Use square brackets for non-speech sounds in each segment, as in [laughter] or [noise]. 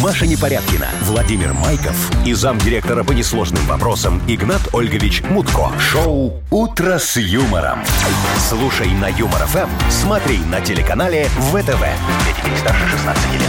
Маша Непорядкина, Владимир Майков и замдиректора по несложным вопросам Игнат Ольгович Мутко. Шоу «Утро с юмором». Слушай на Юмор ФМ, смотри на телеканале ВТВ. Для детей старше 16 лет.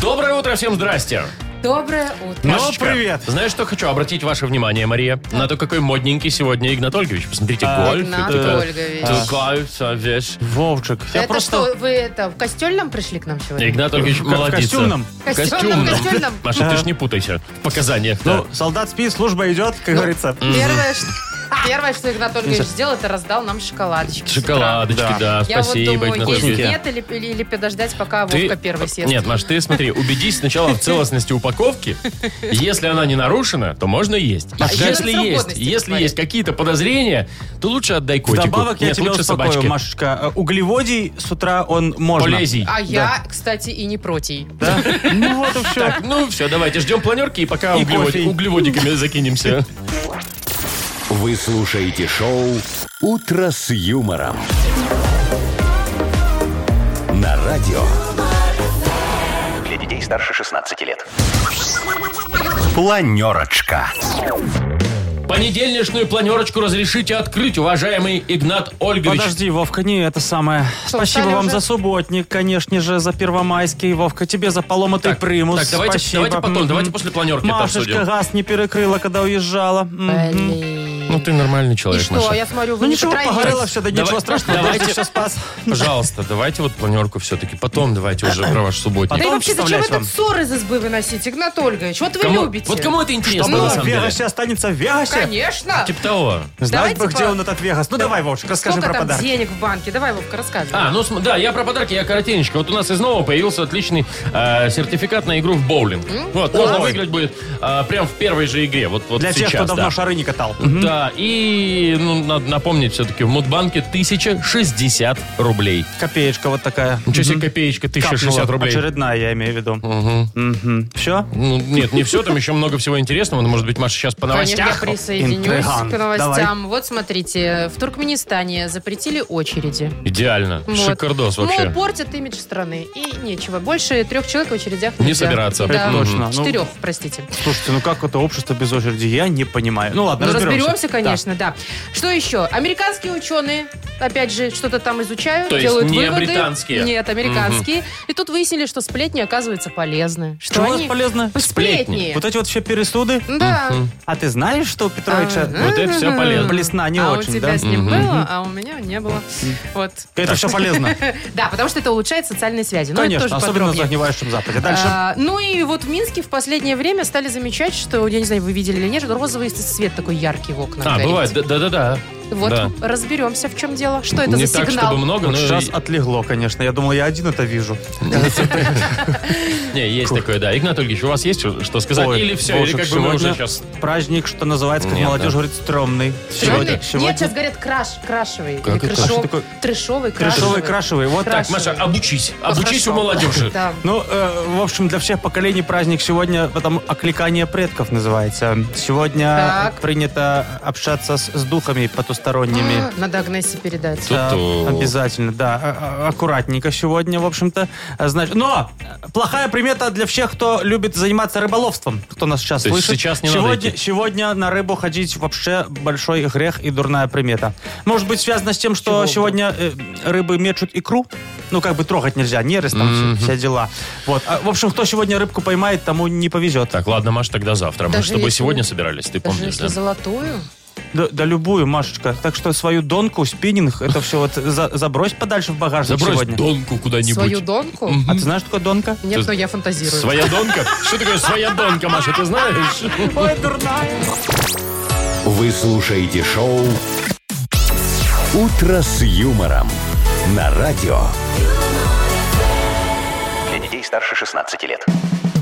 Доброе утро, всем здрасте. Доброе утро. Ну, привет. Знаешь, что хочу обратить ваше внимание, Мария? На то, какой модненький сегодня Игнат Ольгович. Посмотрите, А, гольф. Игнат это- Ольгович. Такая вся вещь. Вовчик, я это просто... что, вы это, в костельном пришли к нам сегодня? Игнат Ольгович Как в молодец. костюмном? Костюмном, костюмном. Маша, ты ж не путайся в показаниях. да. Ну, солдат спи, служба идет, как Ну, говорится. Первое, что, [laughs] первое, что Игнат Ольгович сделал, это раздал нам шоколадочки. с утра. Шоколадочки, да. Я Спасибо, Игнат вот думаю, есть Ольгович. нет или, или, или подождать, пока Ты- Вовка первый съест. Нет, Маш, ты смотри, убедись сначала в целостности упаковки. Если она не нарушена, то можно есть. Да, А я если срок есть, годности если говорю. есть какие-то подозрения, то лучше отдай котику. Вдобавок я Нет, тебя лучше успокою, собачке. Машечка. э, Углеводий с утра он можно. Полезий. А я, кстати, и не против. Да? Ну вот и все. Так, ну все, давайте ждем планерки и пока И углевод- кофе. углеводиками закинемся. Вы слушаете шоу «Утро с юмором». На радио. Для детей старше 16 лет. Планерочка. Понедельничную планерочку разрешите открыть, уважаемый Игнат Ольгович. Подожди, Вовка, не это самое. Что, Спасибо встали вам уже? за субботник, конечно же, за первомайский. Вовка, тебе за поломатый Так, примус. так, давайте- Спасибо. давайте потом, М-м. давайте после планерки это Машечка обсудим. газ не перекрыла, когда уезжала. М-м. Блин. Ну ты нормальный И человек, что, Маша. я смотрю, вы Э, Ну не ничего, потравились. погорело все, да Давай- ничего страшного. давайте- Дождик все спас. Пожалуйста, давайте вот планерку все-таки. Потом давайте уже про ваш субботник. Да и Потом вообще, зачем представлять этот вам. ссор из избы выносить, Игнат Ольгович? Вот вы Кому- любите. Вот кому это интересно, Чтобы на он в самом деле? Вегасе Ну, останется в Вегасе. Конечно. Типа того. Знать бы, Давайте где по- он этот Вегас. Ну давай, Вовчик, расскажи Сколько про там подарок. денег в банке? Давай, Вовка, рассказывай. А, ну см- да, я про подарки, я коротенечко. Вот у нас из нового появился отличный э, сертификат на игру в боулинг. Вот, можно Ой. выиграть будет э, прям в первой же игре. Вот, вот Для тех, сейчас, кто давно да. шары не катал. Да, и ну, надо напомнить все-таки, в Мудбанке 1060 рублей. Копеечка вот такая. Ничего себе копеечка, 1060 Капнула. рублей. Очередная, я имею в виду. Все? Ну, нет, не все, там еще много всего интересного. Но, может быть, Маша сейчас по Конечно, я новостях. присоединюсь Интриган. к новостям. Вот смотрите, в Туркменистане запретили очереди. Идеально. Вот. Шикардос Мол, вообще. портят имидж страны. И нечего. Больше трех человек в очередях Не нельзя. собираться. Да. Это точно. Ну, Четырех, простите. Слушайте, ну как это общество без очереди? Я не понимаю. Ну ладно, Ну, разберемся, разберемся. конечно, да. Что еще? Американские ученые, опять же, что-то там изучают, То есть делают не выводы. британские? Нет, американские. И тут выяснили, что сплетни, оказывается, полезны. Что Что у вас они... полезно? Сплетни. Вот эти вот все пересуды. Да. А ты знаешь, что у Петровича Ага. Вот это все полезно. блесна не а у очень, тебя да? с ним было, а у меня не было. Вот. Это [laughs] все полезно. Да, потому что Ну, это улучшает социальные связи. Но это Конечно, тоже особенно на подробнее. загнивающем западе. Дальше. А, ну и вот в Минске в последнее время стали замечать, что, я не знаю, вы видели или нет, что розовый свет такой яркий в окнах. А, горит. бывает, да- да-да-да. Вот Да. разберемся, в чем дело. Что это Не за так, сигнал? чтобы много, Вот но... сейчас отлегло, конечно. Я думал, я один это вижу. Не, есть такое, да. Игнат Ольгич, у вас есть что что сказать? Ой, Или все, или Вовчик, как бы мы уже сегодня сейчас... Праздник, что называется, как Нет, молодежь да. говорит, стрёмный. Стрёмный? Сегодня- Нет, сегодня сейчас говорят краш, крашевый. Как это? или крышов- А что такое? Трешовый, Трешовый, крашевый. Вот так. Краш- Так, Маша, обучись. Ну, Обучись хорошо. у молодежи. [laughs] Да. Ну, э, в общем, для всех поколений праздник сегодня, потом окликание предков называется. Сегодня Так. принято общаться с, с духами потусторонними. А, Надо Агнессе передать. Тут- Да, Ту-ту. Э, обязательно, да. А- а- Аккуратненько сегодня, в общем-то. А, Значит, но плохая примета для всех, кто любит заниматься рыболовством, кто нас сейчас То есть слышит. сейчас не надо сегодня, идти? сегодня на рыбу ходить вообще большой грех и дурная примета. Может быть, связано с тем, Чего что бы? сегодня э, рыбы мечут икру. Ну, как бы трогать нельзя, нерест там все- все дела. Вот. А, в общем, кто сегодня рыбку поймает, тому не повезет. Так, ладно, Маш, тогда завтра. Мы Даже с тобой если- сегодня собирались, ты Даже помнишь, если да? золотую. Да, да любую, Машечка. Так что свою донку, спиннинг, это все вот за- забрось подальше в багажник Забрось сегодня. донку Свою куда-нибудь. донку? А ты знаешь, что такое донка? Нет, Ты- но я фантазирую. Своя донка? Что такое своя донка, Маша, ты знаешь? Ой, дурная. Вы слушаете шоу «Утро с юмором» на радио. Для детей старше 16 лет.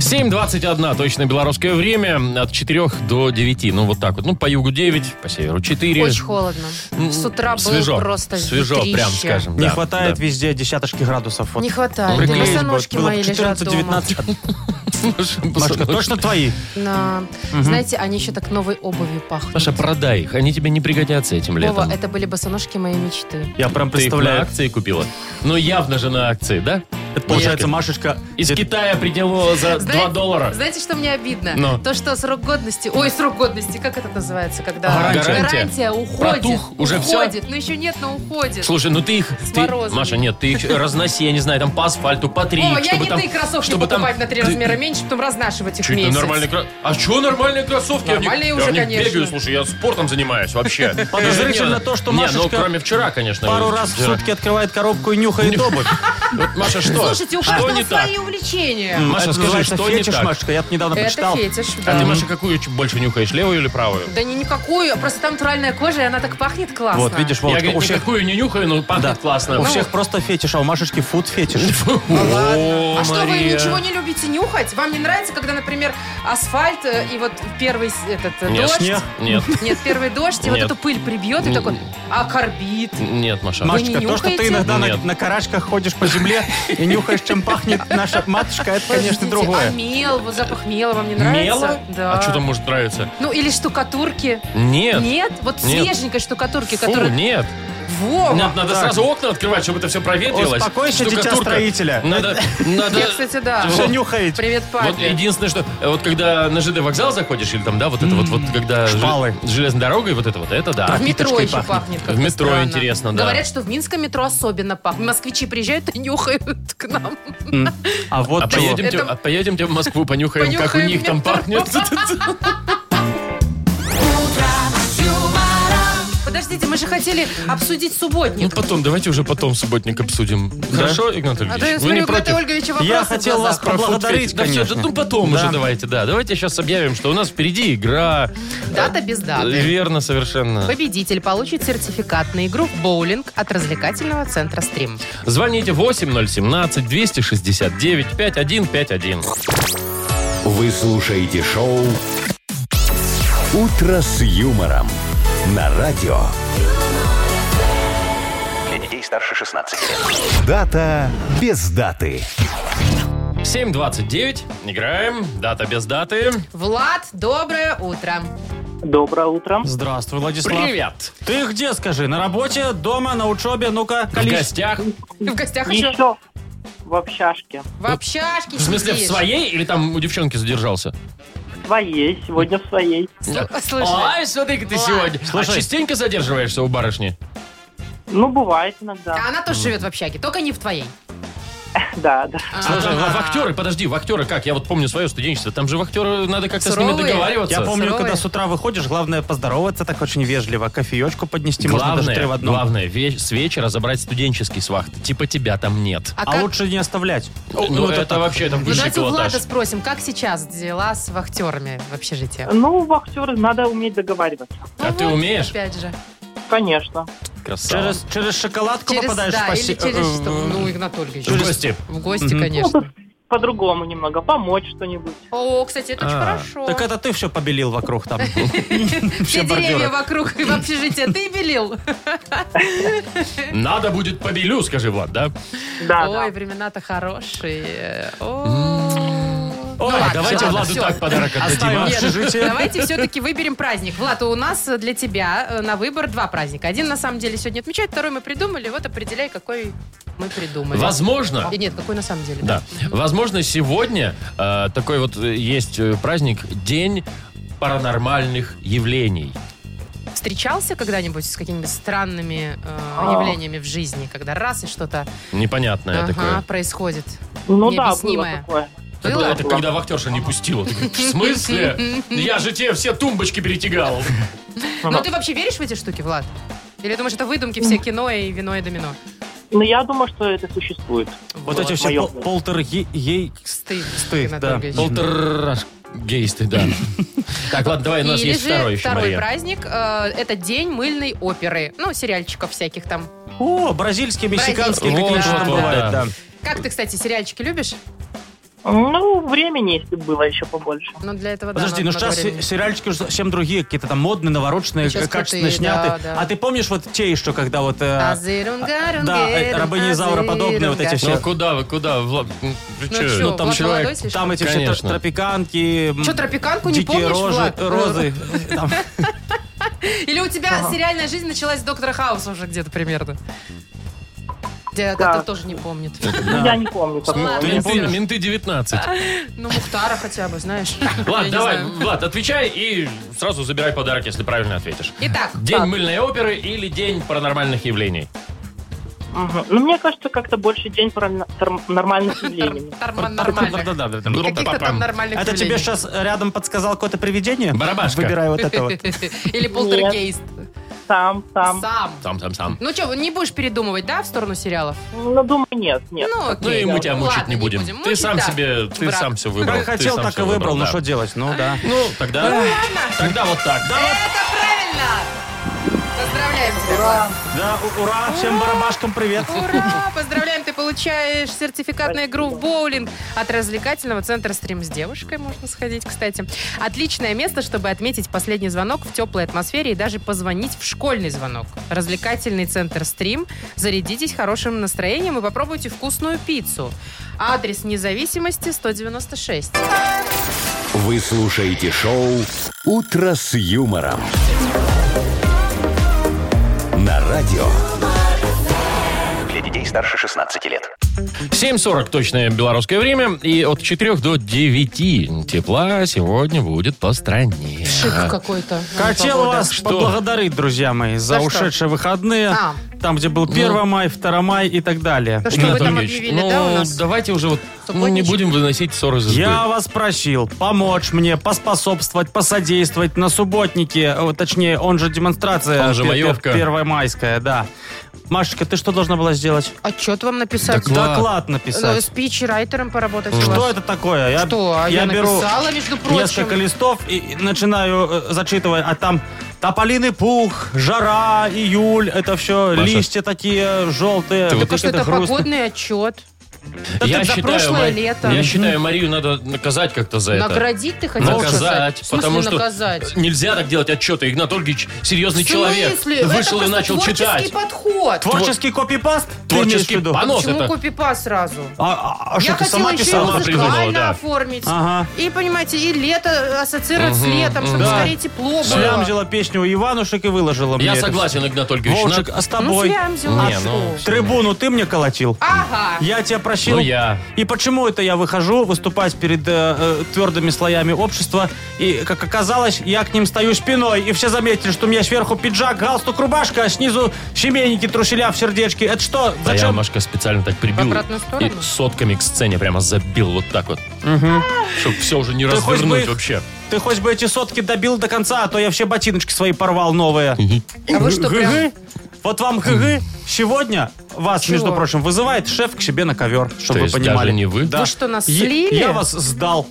7.21, точно белорусское время, от 4 до 9. Ну, вот так вот. Ну, по югу 9, по северу 4. Очень холодно. С утра было Свежо, просто свежо, ветрище. прям скажем. Не да, хватает да. везде десяточки градусов. Вот. Не хватает. Приклеить бы, Босоножки Было бы мои лежат дома. 14-19. Маша, Машка, точно твои? На- Знаете, они еще так новой обувью пахнут. Маша, продай их, они тебе не пригодятся этим Вова, летом. это были босоножки моей мечты. Я прям Ты их на представляю. акции купила? Ну, явно же на акции, да? Это получается, Машечка... Из где- Китая приняло за 2 доллара. Знаете, что мне обидно? Ну. То, что срок годности... Ой, срок годности, как это называется, когда... А, гарантия. уходит. Протух, уже всё? уходит. Но еще нет, но уходит. Слушай, ну ты их... ты- морозами. Маша, нет, ты [laughs] их разноси, я не знаю, там по асфальту, по три. О, я чтобы не там- ты кроссовки чтобы там- покупать на три Ты- размера меньше, потом разнашивать [laughs] их Чё это месяц. нормальные кроссовки? А что нормальные кроссовки? Я в них- Нормальные я уже, в них конечно. бегаю, слушай, я спортом занимаюсь вообще. [laughs] Подозрительно Не, то, что не, ну Машечка кроме вчера, конечно. Пару раз в вчера. сутки открывает коробку [laughs] и нюхает обувь. Вот, Маша, что? Слушайте, у Что каждого не так? свои увлечения. Маша, Это скажи, называется что не фетиш, так? Машечка, я это недавно Это прочитал. фетиш, да. А ты, Маша, какую ч- больше нюхаешь, левую или правую? Да не никакую, просто там натуральная кожа, и она так пахнет классно. Вот, видишь, Я, Володька, говорит, у всех, никакую не нюхаю, но пахнет да, классно. у Ну, всех просто фетиш, а у Машечки фуд фетиш. [laughs] О, А что вы Мария. ничего не любите нюхать? Вам не нравится, когда, например, асфальт э, и вот первый с- этот э, Нет. дождь? Снег? Нет, [laughs] Нет, первый дождь, и вот Нет. эту пыль прибьет, и Н- такой, а корбит. нет, Маша. Маш- Машечка, то, что ты нюхаете? иногда на, Нет. на карачках ходишь по земле и нюхаешь, чем пахнет наша матушка, это, конечно, А другое. мел, вот запах мела вам не нравится? Мело? Да. А что там может нравиться? Ну, или штукатурки. Нет. Вот Нет. свеженькой штукатурки, Фу, которая... нет. Вова! Надо, надо так. сразу окна открывать, чтобы это все проветрилось. Успокойся, дитя Штукатурка. строителя. Надо, надо... Я, кстати, да. Вот. Все нюхаете. Привет, папе. Вот единственное, что э, вот когда на ЖД вокзал заходишь, или там, да, вот это вот, вот когда жел- Шпалы. железной дорогой, вот это вот, это да. В метро Питочкой еще пахнет. пахнет. как-то В метро странно. интересно, да. Говорят, что в Минском метро особенно пахнет. Москвичи приезжают и нюхают к нам. А А вот чего. поедемте, Это- а поедемте в Москву, понюхаем, как у Понюхаем них там метро. пахнет. [laughs] Подождите, мы же хотели обсудить Ну субботник. потом, давайте уже потом субботник обсудим. Хорошо, Игнат А то я Ильич? Ну, Вы не смотрю, у Гаты против? Ольговича вопросы Я в хотел глазах. вас Про фуд-фетиш? поблагодарить, Да всё, конечно. ну потом Да. уже давайте, да. Давайте сейчас объявим, что у нас впереди игра. Дата без даты. Верно, совершенно. Победитель получит сертификат на игру в боулинг от развлекательного центра «Стрим». Звоните 8017-269-5151. Вы слушаете шоу «Утро с юмором» на радио. Для детей старше 16 лет. Дата без даты. 7.29. Играем. Дата без даты. Влад, доброе утро. Доброе утро. Здравствуй, Владислав. Привет. Ты где, скажи? На работе, дома, на учебе? Ну-ка, В колись. гостях. В гостях еще Еще в общашке. в общажке Ну, В смысле, в сидишь. своей или там у девчонки задержался? Своей, сегодня в своей. Слу- слушай, Ай, смотри-ка ты Ой. сегодня. А Слушай. частенько задерживаешься у барышни? Ну, бывает иногда. а она тоже живет в общаге, только не в твоей. Да, да. Слушай, А. а вахтеры, подожди, вахтеры как? Я вот помню свое студенчество. Там же вахтеры, надо как-то с ними Суровые. договариваться. Я помню, Суровые. когда с утра выходишь, главное поздороваться так очень вежливо, кофеечку поднести, можно даже три в Главное, одном. главное ве- с вечера забрать студенческий с вахты. Типа тебя там нет. А, А как... лучше не оставлять. Ну, это, вообще там Ну, высший давайте у пилотаж. Влада спросим, как сейчас дела с вахтерами в общежитии? Ну, актеры надо уметь договариваться. А ты умеешь? Опять же. Конечно. Красава. Через, через шоколадку Через, попадаешь в да, посе- или через э, что? Ну, Игнат Ольгович. В гости. В гости, Мгм. Ну, конечно. тут по-другому немного. Помочь что-нибудь. О, кстати, это очень А, хорошо. Так это ты все побелил вокруг там. [laughs] Все Все деревья бордюры. вокруг и в общежитии ты белил. Надо будет побелю, скажи, Влад, да? Да, Ой, да. времена-то хорошие. О. Ну Ой, ладно, А давайте ладно, Владу всё. так подарок отдадим. Оставим. а? Нет, Общежитие. давайте все-таки выберем праздник. Влад, у нас для тебя э, на выбор два праздника. Один на самом деле сегодня отмечают, второй мы придумали. Вот определяй, какой мы придумали. Возможно, И нет, какой на самом деле. да, возможно, сегодня э, такой вот э, есть э, праздник День паранормальных явлений. Встречался когда-нибудь с какими-нибудь странными э, А. явлениями в жизни, когда раз и что-то Непонятное ага, А, такое. происходит? Ну да, было необъяснимое. такое. Это, Было? это когда вахтерша не пустила. Ты говоришь, в смысле? Я же тебе все тумбочки перетягал. Ну ты вообще веришь в эти штуки, Влад? Или думаешь, это выдумки все кино и вино и домино? Но я думаю, что это существует. Вот эти все Моё. пол- полтер е- ей... Стыд, Стыд, Игнат да. Ольгович. Полтора гейсты, да. Так, ладно, давай, у нас Или есть же второй еще, Мария. праздник, э, это день мыльной оперы. Ну, сериальчиков всяких там. О, бразильские, мексиканские Бразильские, какие-то да. там бывают, Да. да. Как ты, кстати, сериальчики любишь? Ну, времени, если бы было еще побольше. Ну, для этого, да, Подожди, ну надо сейчас много времени. сериальчики уже совсем другие, какие-то там модные, навороченные, Сейчас э, качественно крутые, да, сняты. да. А ты помнишь вот те еще, когда вот... э, Азырунгарун, Да, э, герун, рабыни Изаура подобные вот эти азырунга. все. Ну куда вы, куда? Влад? Ну, вы Ну чё? чё, Ну, там Влад человек- молодой слишком? Там эти все тр- Конечно. тропиканки... м, Чё, тропиканку не дикие помнишь, рожи, Влад? розы. [laughs] Там Или у тебя сериальная жизнь началась с Доктора Хауса уже где-то примерно? Я Да. как-то а тоже не помнит. [laughs] [laughs] Я не помню. такого. Ладно. Менты- помнишь? Менты 19. Ну, Мухтара хотя бы, знаешь. Я [laughs] Ладно, не давай, знаю. Влад, отвечай и сразу забирай подарок, если правильно ответишь. Итак, День [laughs] Так. мыльной оперы или день паранормальных явлений? Мгм. Ну, мне кажется, как-то больше день про на- тор- нормальных явлений. [laughs] норма- нормально. Да-да-да. Каких-то там нормальных Это тебе явлений. сейчас рядом подсказал какое-то привидение? Барабашка. Выбирай [laughs] вот это вот. Или полтергейст. Сам, сам. Сам. Сам-сам-сам. Ну что, не будешь передумывать, да, в сторону сериалов? Ну, думаю, нет, нет. Ну, Ну и окей. мы тебя Ладно, мучить не будем. Ты Мучить, сам да. себе, ты Враг. сам все выбрал. Как ты Ну, хотел, сам так и всё выбрал. Ну да. что делать? Ну да. Ну, тогда... Тогда вот так. Да, вот- Это правильно! Поздравляем тебя. Влад. Да, у- ура, всем барабашкам привет. Ура! Поздравляем, ты получаешь сертификат на игру в боулинг от развлекательного центра «Стрим с девушкой». Можно сходить, кстати. Отличное место, чтобы отметить последний звонок в теплой атмосфере и даже позвонить в школьный звонок. Развлекательный центр «Стрим». Зарядитесь хорошим настроением и попробуйте вкусную пиццу. Адрес независимости 196. Вы слушаете шоу «Утро с юмором». На радио. Для детей старше 16 лет. 7.40 точное белорусское время. И от 4 до 9 тепла сегодня будет по стране. Шик какой-то. Хотел вас Что? поблагодарить, друзья мои, За за, что? ушедшие выходные. А. Там, где Ну. был 1 май, 2 май и так далее. То, что Игнат вы там Ольгович, объявили, ну, да, у нас? давайте уже вот ну, не Субботничек. будем выносить ссоры за Я вас просил помочь мне, поспособствовать, посодействовать на субботнике, э, точнее, он же демонстрация. Он же маевка. Первомайская, да. Машечка, ты что должна была сделать? Отчет А вам написать. Доклад. Доклад Ну, написать. спичрайтером поработать у Что вас. это такое? Я, э, Что? А Я, беру написала, между прочим. несколько листов и и начинаю э, зачитывать, а там тополиный пух, жара, июль, это все, Маша, листья такие желтые. ты вот так Потому что это погодный отчет. Да Я ты- за прошлое Марь- лето. Я Мгм. считаю, Марию надо наказать как-то за это. Наградить ты хотел сказать? Наказать, В смысле потому что наказать? нельзя так делать отчеты. Игнат Ольгич серьезный В человек. смысле? Вышел Это и начал просто читать. творческий подход. Творческий копипаст? Ты имеешь в Творческий виду? понос Почему это. копипа сразу? А, а- а что, Я ты хотела сама еще и писала? Сама придумала, музыкально да. оформить. Ага. И, понимаете, и лето ассоциировать с Мгм, летом, чтобы да. скорее тепло было. Слямзила песню у Иванушек и выложила мне Я это согласен, Игнат всё. Ольгович. Вовчик, на- а с Ну, тобой? слямзила. Не, А ну, что? Трибуну ты мне колотил? Ага. Я тебя просил. Ну, я. И почему это я выхожу выступать перед э, э, твердыми слоями общества? И, как оказалось, я к ним стою спиной. И все заметили, что у меня сверху пиджак, галстук, рубашка, а снизу щеменники, труселя в сердечке. Это что? Да А я Зачем? Машка специально так прибил. В обратную сторону? И сотками к сцене прямо забил вот так вот. Чтобы все уже не Ты хоть бы развернуть их- вообще. Ты хоть бы эти сотки добил до конца, а то я все ботиночки свои порвал новые. А вы что, прям... Гы-гы. Вот вам гы-гы. Сегодня вас, Чего? между прочим, вызывает шеф к себе на ковер, чтобы То вы есть понимали. даже не вы? Да. Вы что, нас Е- слили? Я вас сдал.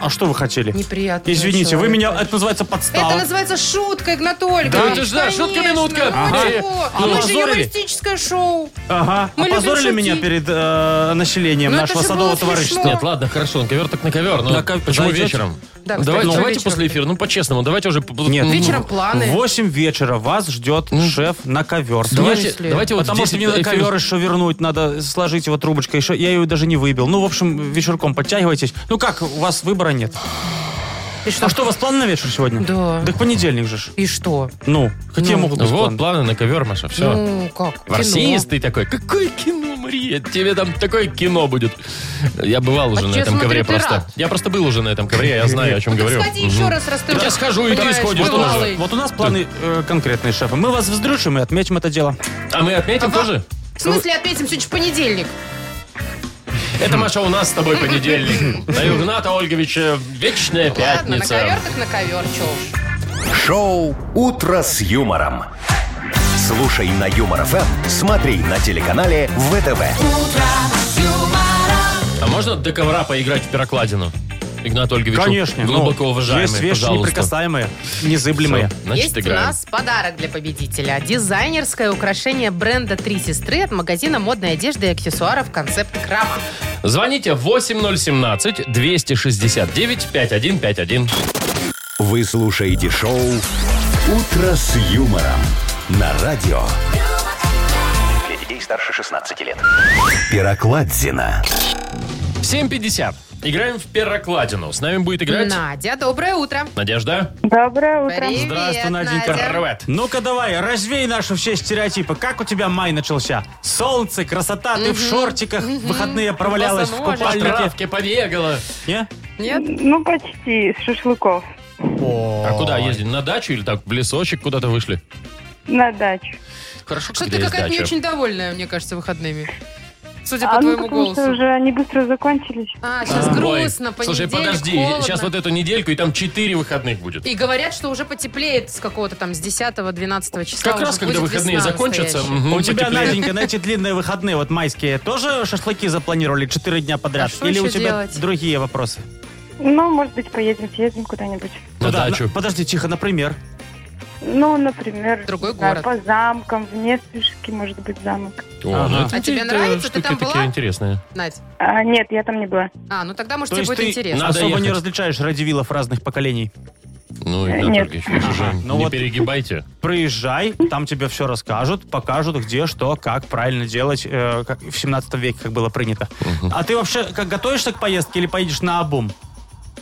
А что вы хотели? Неприятный Извините, вы человек, меня, конечно. это называется подстава. Это называется шутка, Игнатольевич. Да, это ж, да, шутка-минутка. Ага. ну, А Мы же позорили? юмористическое шоу. Ага. Мы любим Опозорили меня шутить. перед э, населением Ну, это нашего же садового было товарищества. смешно. Нет, ладно, хорошо, на ковер так на ковер. Но На ков- почему зайдете? вечером? Да, кстати, давайте, ну, давайте вечером. после эфира, ну по-честному, давайте уже... Нет, ну, Вечером планы. В 8 вечера вас ждет шеф на ковер. Давайте, смысле? давайте вот Потому здесь что мне надо эфир- ковер еще вернуть, надо сложить его трубочкой. Еще, я ее даже не выбил. Ну, в общем, вечерком подтягивайтесь. Ну как, у вас выбора нет. И А что, у вас план на вечер сегодня? Да. Так понедельник же. ж. И что? Ну, какие Ну. могут быть Вот планы? планы на ковер, Маша, все. Ну, как? В России ты такой, какое кино, Мария? Тебе там такое кино будет. Я бывал уже А на чё, этом смотрю, ковре ты просто. рад. Я просто был уже на этом ковре, я знаю, о чем говорю. Сходи Мгм. еще раз, раз ты Да. уже Я схожу, и ты понимаешь, сходишь тоже. бывалый. Вот у нас планы э, конкретные, шефы. Мы вас вздрючим и отметим это дело. А мы отметим А вам- тоже? В смысле, отметим сегодня же понедельник. Это, Маша, у нас с тобой понедельник. На Югната Ольговича вечная Ладно, на ковер пятница. так на ковер, чё уж. Шоу «Утро с юмором». Слушай на Юмор ФМ, смотри на телеканале ВТВ. А можно до ковра поиграть в пирокладину? Игнат Ольгович, Конечно. ну, глубоко уважаемый, Есть вещи пожалуйста. неприкасаемые, незыблемые. Всё, значит, Есть играем. у нас подарок для победителя. Дизайнерское украшение бренда «Три сестры» от магазина модной одежды и аксессуаров «Концепт Крама». Звоните 8017-269-5151. Вы слушаете шоу «Утро с юмором» на радио Для детей старше 16 лет. Пирокладзина. 7.50. Играем в перокладину. С нами будет играть Надя, доброе утро. Надежда. Доброе утро. Привет, Здравствуй, Наденька. Надя. Привет. Ну-ка давай, развей наши все стереотипы. Как у тебя май начался? Солнце, красота, ты в шортиках, в выходные провалялась в Босоножечка. По купальнике. травке побегала. Не? Нет? Ну, почти, с шашлыков А куда ездили? На дачу или так в лесочек куда-то вышли? на дачу. Хорошо, Что когда ты есть какая-то не дача. очень довольная, мне кажется, выходными. Судя по А, ну, твоему потому что голосу. уже они быстро закончились. А, сейчас Ой. грустно, понедельник, Слушай, подожди, холодно. сейчас вот эту недельку, и там 4 выходных будет. И говорят, что уже потеплеет с какого-то там с 10-12 числа. Как уже раз, когда будет выходные весна закончатся, настоящая. мгм, У тебя, потеплеет. Наденька, на эти длинные выходные, вот майские, тоже шашлыки запланировали 4 дня подряд? А что Или у еще тебя делать? другие вопросы? Ну, может быть, поедем, съездим куда-нибудь. на Куда? дачу. На- Подожди, тихо, например. Ну, например, Другой не знаю, город. по замкам, вне Сышки, может быть, замок. О, ну Ага. это А тебе какие-то нравится? Ты штуки там была? такие интересные. Надь. А, нет, я там не была. А, ну тогда, может, То тебе есть будет ты интересно. Надо особо не ехать. различаешь радивилов разных поколений. Ну, и Нет. Петр Ильич, вы же Ага, ну не вот. перегибайте. Проезжай, там тебе все расскажут, покажут, где, что, как правильно делать, э, как в 17 веке, как было принято. А ты вообще как готовишься к поездке или поедешь на обум?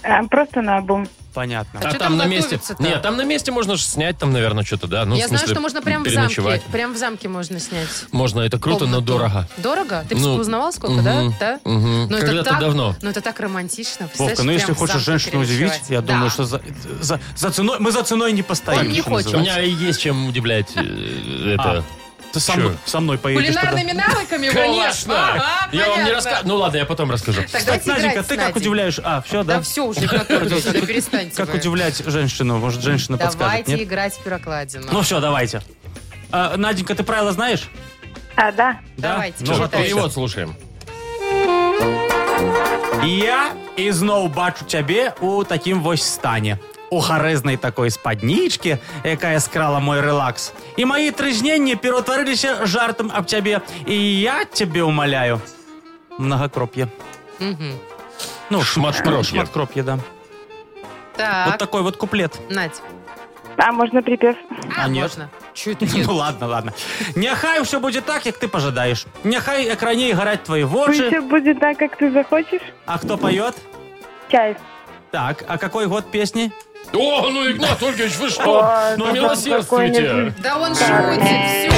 А, просто на обум. Понятно. А, что там там на месте... готовится-то? Нет, там на месте можно же снять там, наверное, что-то, да? Ну, Я в знаю, смысле, что можно прям в замке. переночевать. Прям в замке можно снять. Можно, это круто, но комнату. дорого. Дорого? Ты Ну, узнавал сколько, мгм, да? Да? мгм. Но это Когда-то так- давно. Но это так романтично. представляешь, Вовка, ну если прям в хочешь замке женщину удивить, переночевать. я Да. думаю, что за, за- за ценой мы за ценой не постоим. Он не что хочет. У называется. меня и есть чем удивлять А, э, это. Ты со Чё? мной, со мной поедешь. тогда. Кулинарными навыками, Вова? Ага, Я вам не понятно. расскажу. Ну ладно, я потом расскажу. Так, Так, давайте Наденька, играть с ты как Надей. удивляешь? А, все, да? Да все уже, [laughs] готовлюсь, да перестаньте Как вы. удивлять женщину? Может, женщина подскажет? Давайте Нет? играть в пирокладину. Ну все, давайте. А, Наденька, ты правила знаешь? А, да. Да? Давайте, Ну, читайте. готовься. Перевод слушаем. Я ізноў бачу цябе у такім вось стане. У харэзнай такой спаднічкі, якая скрала мой рэлакс. І маі трызненні пераўтварыліся жартам аб цябе, і я цябе умаляю. Многокроп'е. Мгм. Ну, Шматкроп'е. Шматкроп'е, да. Вот Так, такой вот куплет. Надь. А можно припев? А, А нет. можно. Чё это нет? Ну ладно, ладно. Няхай все будет так, як ты пожадаешь. Няхай экраней горать твои вочы. все будет так, как ты захочешь. А кто поет? Чай. Так, а какой год песни? О, ну Игнат Ольгович, вы что? Ой, Ну ну, милосердствуйте. какой-нибудь. Да он шутит, все.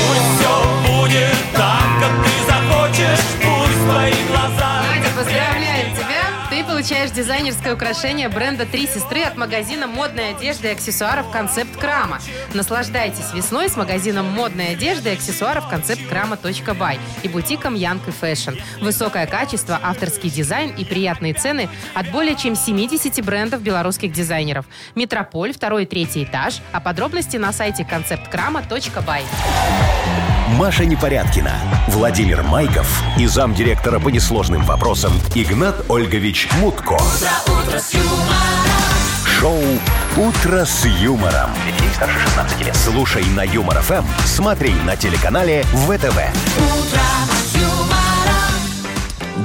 будет так, как ты захочешь, пусть твои глаза. Надя, поздравляем тебя! Ты получаешь дизайнерское украшение бренда «Три сестры» от магазина модной одежды и аксессуаров «Концепт Крама». Наслаждайтесь весной с магазином модной одежды и аксессуаров «Концепт Крама.бай» и бутиком «Янг и Фэшн». Высокое качество, авторский дизайн и приятные цены от более чем 70 брендов белорусских дизайнеров. Метрополь, второй и третий этаж, а подробности на сайте концепткрама.бай. Маша Непорядкина, Владимир Майков и замдиректора по несложным вопросам Игнат Ольгович Мутко. Шоу Утро с юмором. Детей старше 16 лет. Слушай на Юмор ФМ, смотри на телеканале ВТВ.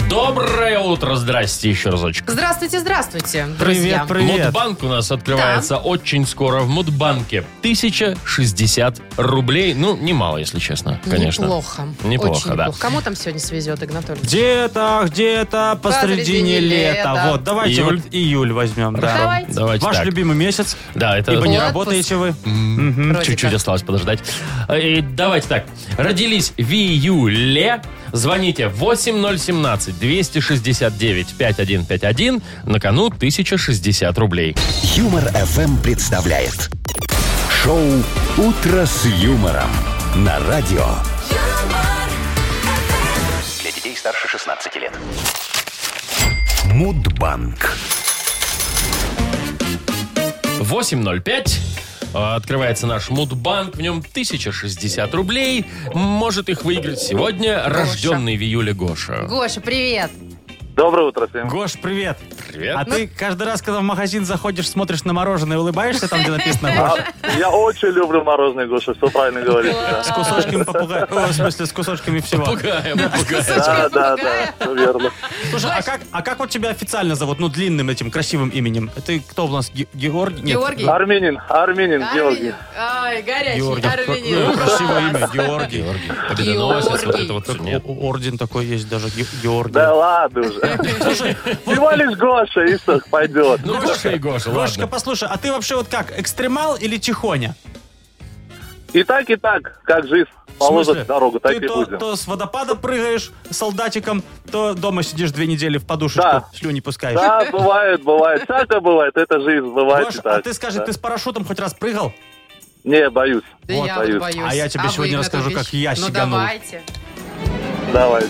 Доброе утро, здрасте еще разочек. Здравствуйте, здравствуйте, друзья. Привет. Мудбанк у нас открывается очень скоро в Мудбанке. 1060 рублей. Ну, немало, если честно, конечно. Неплохо. Неплохо, Очень да. неплохо. Кому там сегодня свезет, Игнатолий? Где-то, где-то посредине Посредине лета. лета. Вот, давайте Июль? вот июль возьмем. Да. Давайте. Давайте Ваш так. любимый месяц, Да, это... ибо не Отпуск. работаете вы. М, Вроде Чуть-чуть как. осталось подождать. Э, и давайте так. Родились в июле. Звоните 8017-269-5151. На кону 1060 рублей. Юмор ФМ представляет шоу Утро с юмором на радио. Для детей старше 16 лет. Мудбанк. 8.05. Э, Открывается наш мудбанк. В нем 1060 рублей. Может их выиграть сегодня рожденный в июле Гоша. Гоша, привет. Доброе утро всем. Гош, привет. Привет. А ты каждый раз, когда в магазин заходишь, смотришь на мороженое, улыбаешься там, где написано А, «Гош». Я очень люблю мороженое, Гоша, все правильно говоришь. да. С кусочками попугая. О, В смысле, с кусочками всего. Пугаем, пугаем. Да, да, да, всё верно. Слушай, а как, а как вот тебя официально зовут? Ну, длинным этим красивым именем. Ты кто у нас? Ге- Георгий? Нет. Георгий. Армянин, армянин, Георгий. Ай, горячий, Георгий. Армянин. Какое красивое имя. Георгий. Георгий. Победоносец. Вот Георгий. это вот всё. О- Нет. о- Орден такой есть даже. Ге- Георгий. Да ладно уже. Всего лишь Гоша, и все, пойдет. Ну, Гоша и Гоша, Гошечка, ладно. послушай, а ты вообще вот как, экстремал или тихоня? И так, и так, как жизнь В смысле? положит дорогу, так ты и то, будем. то с водопада прыгаешь солдатиком, то дома сидишь две недели в подушечку, Да. слюни пускаешь. Да, бывает, бывает. Всякое бывает, это жизнь, бывает Гош, и так. а ты скажи, Да. ты с парашютом хоть раз прыгал? Не, боюсь. Да Вот, я вот боюсь. боюсь. А я тебе вы, сегодня Игнат расскажу, Ольгович? как я Ну сиганул. давайте. Давайте.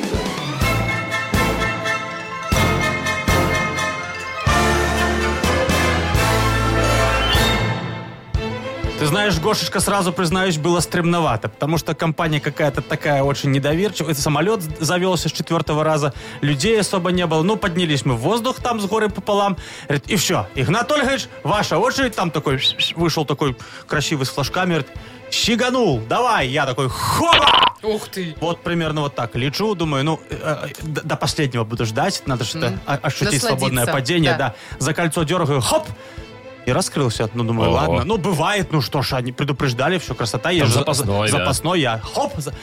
Ты знаешь, Гошечка, сразу признаюсь, было стремновато, потому что компания какая-то такая очень недоверчивая. Это самолет завелся с четвертого раза, людей особо не было. Ну, поднялись мы в воздух там с горы пополам. Говорит, и все. Игнат Ольгович, ваша очередь. Там такой вышел такой красивый с флажками. Говорит, щеганул, давай. Я такой, хоба! Ух ты. Вот примерно вот так лечу, думаю, ну, э, э, до до последнего буду ждать, надо что-то Мгм. о- ощутить Насладиться, свободное падение, да. да. За кольцо дергаю, хоп! И раскрылся. Ну, думаю, О. ладно. Ну, бывает, ну что ж, они предупреждали, все, красота. Я Там же за- запасной, да. запасной я. Хоп! за-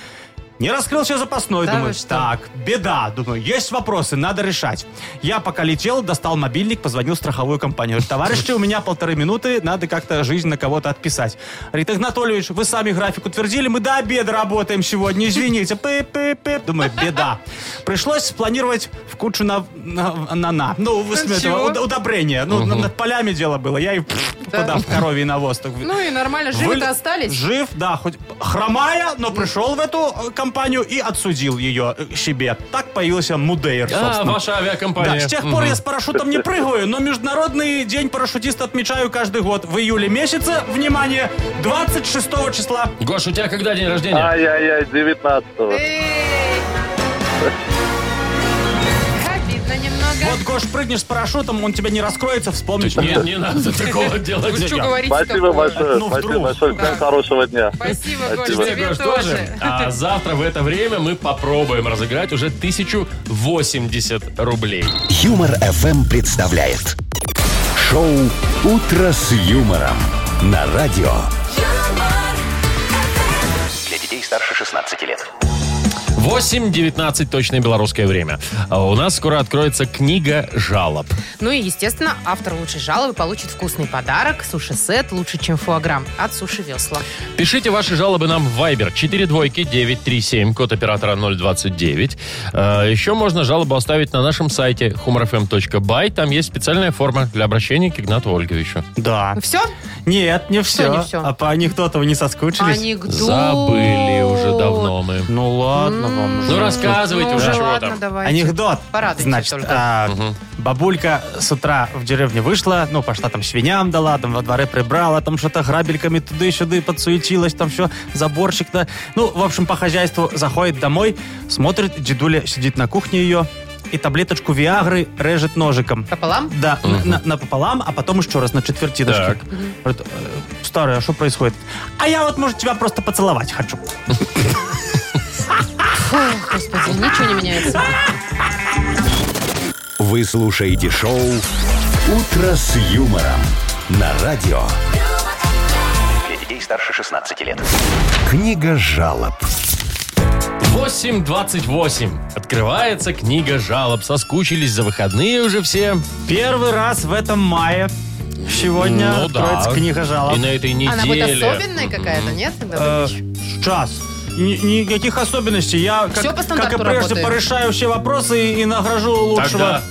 Не раскрылся запасной, Да вы думаю, что? так, беда, думаю, есть вопросы, надо решать. Я пока летел, достал мобильник, позвонил в страховую компанию. Говорю, Товарищи, у меня полторы минуты, надо как-то жизнь на кого-то отписать. Говорит, Игнатольевич, вы сами график утвердили, мы до обеда работаем сегодня, извините. Пы-пы-пы. Думаю, беда. Пришлось спланировать в кучу на, на, на- на. Ну, вы смеете, Чего? уд- удобрение. Ну, на- над полями дело было, я и пф, Да. туда в коровий навоз. Так, Ну и нормально, Выле- живы-то остались. Жив, да, хоть хромая, но пришел в эту э, компанию и отсудил ее э, себе. Так появился Мудейр, А, собственно. ваша Да, авиакомпания. с тех Мгм. пор я с парашютом не прыгаю, но Международный день парашютиста отмечаю каждый год. В июле месяце, внимание, 26 числа. Гош, у тебя когда день рождения? Ай-яй-яй, 19-го. Эй. Обидно Вот, немного. Гош, прыгнешь с парашютом, он тебя не раскроется, вспомнишь. Нет, не надо такого делать. Вы что Гош, говорите Спасибо такое? большое, Ну, спасибо вдруг. большое, всем Да. хорошего дня. Спасибо, Гош, Спасибо. тебе тоже. тоже. А завтра в это время мы попробуем разыграть уже 1080 рублей. Юмор FM представляет шоу Утро с юмором на радио. Для детей старше 16 лет. 8.19 точное белорусское время. А у нас скоро откроется книга жалоб. Ну и, естественно, автор лучшей жалобы получит вкусный подарок. Суши-сет лучше, чем фуаграмм от Суши Весла. Пишите ваши жалобы нам в Viber 42937, код оператора 029. А, Еще можно жалобу оставить на нашем сайте humorfm.by. Там есть специальная форма для обращения к Игнату Ольговичу. Да. Все? Нет, не все. не всё? А по анекдоту вы не соскучились? Анекдот. Забыли уже давно мы. Ну ладно вам. Ну же. рассказывайте Ну, уже, уже чего ладно, там. давайте. Анекдот. Порадуйте Значит, только. а, бабулька с утра в деревню вышла, ну, пошла там свиням дала, там во дворе прибрала, там что-то грабельками туды-сюды подсуетилась, там все, заборчик-то. Ну, в общем, по хозяйству заходит домой, смотрит, дедуля сидит на кухне ее и таблеточку Виагры режет ножиком. Пополам? Да, напополам, а потом еще раз на четвертиночке. Так. Говорит, «Э, старая, а что происходит? А я вот, может, тебя просто поцеловать хочу. Господи, ничего не меняется. Вы слушаете шоу Утро с юмором на радио. Для детей старше 16 лет. Книга жалоб. 8.28. Открывается книга жалоб. Соскучились за выходные уже все. Первый раз в этом мае сегодня Ну да. откроется книга жалоб. И на этой неделе. Она будет особенная какая-то, нет? Э, Сейчас. Ни- Никаких особенностей. Я, как, Всё по как и стандарту прежде, работает. порешаю все вопросы и, и награжу лучшего. Тогда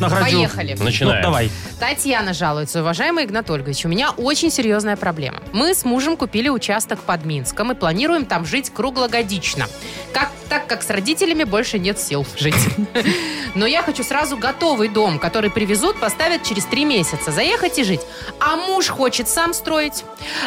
Награжу. Поехали. Ну, начинаем. давай. Татьяна жалуется. Уважаемый Игнат Ольгович, у меня очень серьезная проблема. Мы с мужем купили участок под Минском и планируем там жить круглогодично. Как так как с родителями больше нет сил жить. [laughs] Но я хочу сразу готовый дом, который привезут, поставят через три месяца. Заехать и жить. А муж хочет сам строить.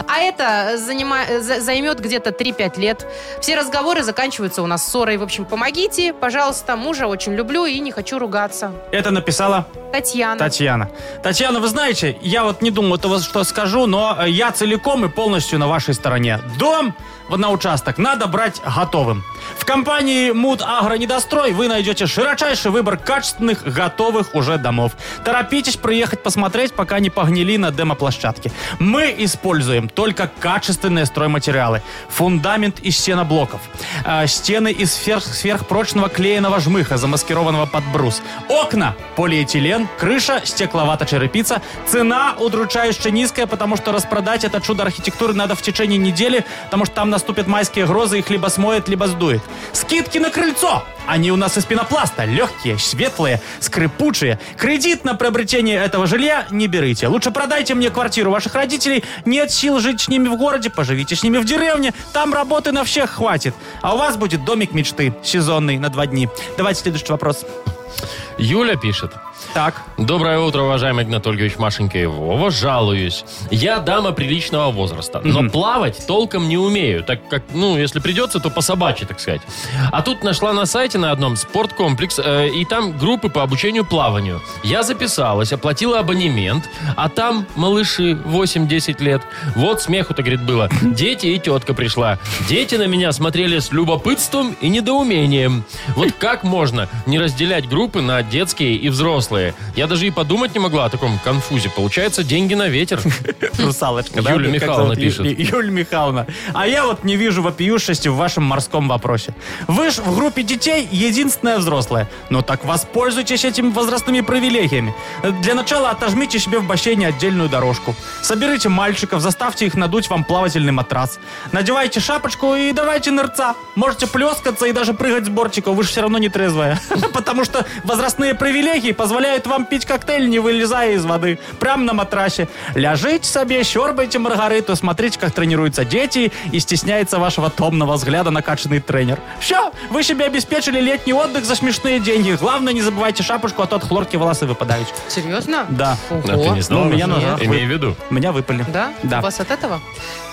А это занима- за- займет где-то 3-5 лет. Все разговоры заканчиваются у нас ссорой. В общем, помогите, пожалуйста, мужа очень люблю и не хочу ругаться. Это написала Татьяна. Татьяна. Татьяна, вы знаете, я вот не думал этого, что скажу, но э, я целиком и полностью на вашей стороне. Дом в- на участок надо брать готовым. В компании Муд Агро Недострой вы найдете широчайший выбор качественных, готовых уже домов. Торопитесь приехать посмотреть, пока не погнили на демоплощадке. Мы используем только качественные стройматериалы. Фундамент из стеноблоков. э, Стены из сверх- сверхпрочного клееного жмыха, замаскированного под брус. Окна – полиэтилен, крыша – стекловато-черепица. Цена удручающе низкая, потому что распродать это чудо архитектуры надо в течение недели, потому что там наступят майские грозы, их либо смоет, либо сдует. Скидки на крыльцо! Они у нас из пенопласта, легкие, светлые, скрипучие. Кредит на приобретение этого жилья не берите. Лучше продайте мне квартиру ваших родителей. Нет сил жить с ними в городе, поживите с ними в деревне. Там работы на всех хватит. А у вас будет домик мечты, сезонный, на два дни. Давайте следующий вопрос. Юля пишет. Так. Доброе утро, уважаемый Игнат Ольгович, Машенька и Вова. Жалуюсь. Я дама приличного возраста, но плавать толком не умею, так как, ну, если придется, то по собачьи, так сказать. А тут нашла на сайте на одном спорткомплекс, э, и там группы по обучению плаванию. Я записалась, оплатила абонемент, а там малыши 8-10 лет. Вот смеху-то, говорит, было. Дети и тетка пришла. Дети на меня смотрели с любопытством и недоумением. Вот как можно не разделять группы на детские и взрослые? Я даже и подумать не могла о таком конфузе. Получается, деньги на ветер. Русалочка, да? Юля Как Михайловна зовут? Ю- пишет. Ю- Юль Михайловна. А я вот не вижу вопиющести в вашем морском вопросе. Вы ж в группе детей единственная взрослая. Ну так воспользуйтесь этими возрастными привилегиями. Э, Для начала отожмите себе в бассейне отдельную дорожку. Соберите мальчиков, заставьте их надуть вам плавательный матрас. Надевайте шапочку и давайте нырца. Можете плескаться и даже прыгать с бортика, вы же все равно не трезвая. [laughs] Потому что возрастные привилегии позволяют вам пить коктейль, не вылезая из воды, прямо на матрасе. Ляжите себе, щербайте маргариту, смотрите, как тренируются дети и стесняется вашего томного взгляда накачанный тренер. Все, вы себе обеспечили летний отдых за смешные деньги. Главное, не забывайте шапочку, а то от хлорки волосы выпадают. Серьезно? Да. Ого. А ты не знала? Ну, меня Нет. назад. Имей в виду. Меня выпали. Да? Да. У вас от этого?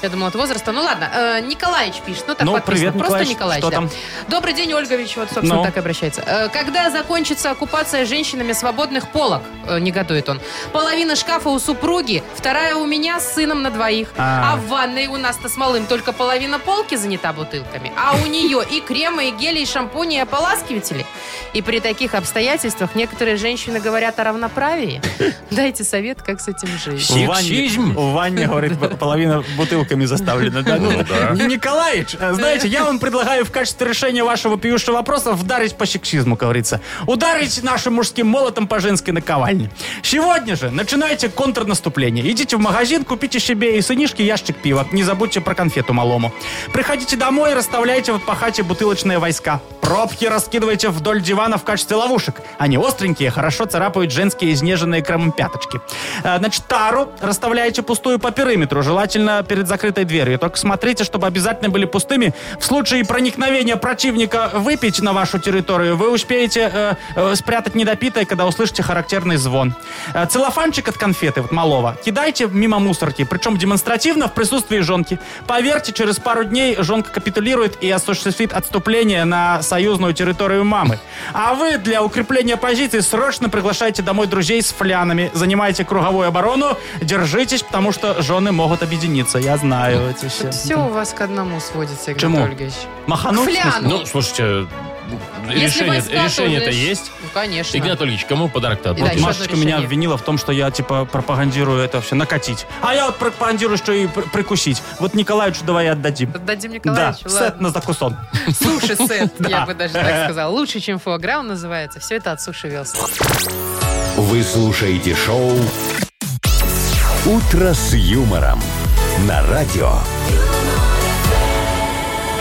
Я думала, от возраста. Ну ладно, Э, Николаевич пишет. Ну, так Ну, подписано. привет, Просто Николаевич. Николаевич. Что да. там? Добрый день, Ольгович. Вот, собственно, Ну. так и обращается. Э, Когда закончится оккупация женщинами свободных полок, Э, негодует он. Половина шкафа у супруги, вторая у меня с сыном на двоих. А. А, в ванной у нас-то с малым только половина полки занята бутылками. А у нее и кремы, и гели, и шампуни, и ополаскиватели. И при таких обстоятельствах некоторые женщины говорят о равноправии. Дайте совет, как с этим жить. В ванне, Сексизм. в ванне, говорит, б- половина бутылками заставлена. да? Ну да. Ни- Николаич, э, знаете, я вам предлагаю в качестве решения вашего пиющего вопроса вдарить по сексизму, как говорится. Ударить нашим мужским молотом по женской наковальне. Сегодня же начинайте контрнаступление. Идите в магазин, купите себе и сынишке ящик пива. Не забудьте про конфету малому. Приходите домой и расставляйте по хате бутылочные войска. Пробки раскидывайте вдоль дивана в качестве ловушек. Они остренькие, хорошо царапают женские изнеженные кремом пяточки. Э, Значит, тару расставляете пустую по периметру, желательно перед закрытой дверью. Только смотрите, чтобы обязательно были пустыми. В случае проникновения противника выпить на вашу территорию, вы успеете э, э, спрятать недопитое, когда услышите характерный звон. Э, целлофанчик от конфеты, вот малого, кидайте мимо мусорки, причем демонстративно в присутствии жонки. Поверьте, через пару дней жонка капитулирует и осуществит отступление на союзную территорию мамы. А вы для укрепления позиций срочно приглашайте домой друзей с флянами, занимайте круговую оборону, держитесь, потому что жены могут объединиться, я знаю эти все. Все у вас к одному сводится, Игорь Чему? Ольгович. Махануть? в смысле? Фляну. Ну, слушайте, Если решение- войска, то решение-то лишь- есть. Ну, конечно. Игнат Ольгич, кому подарок-то Да, отправишь? еще Машечка одно решение. Ну, меня обвинила в том, что я, типа, пропагандирую это все, накатить. А я вот пропагандирую, что и пр- прикусить. Вот Николаевичу давай и отдадим. Отдадим Да, Николаевичу, сет на закусон. [laughs] Суши-сет, я Да. бы даже так сказала. Лучше, чем фуагра он называется. Все это от суши вилс. Вы слушаете шоу «Утро с юмором» на радио.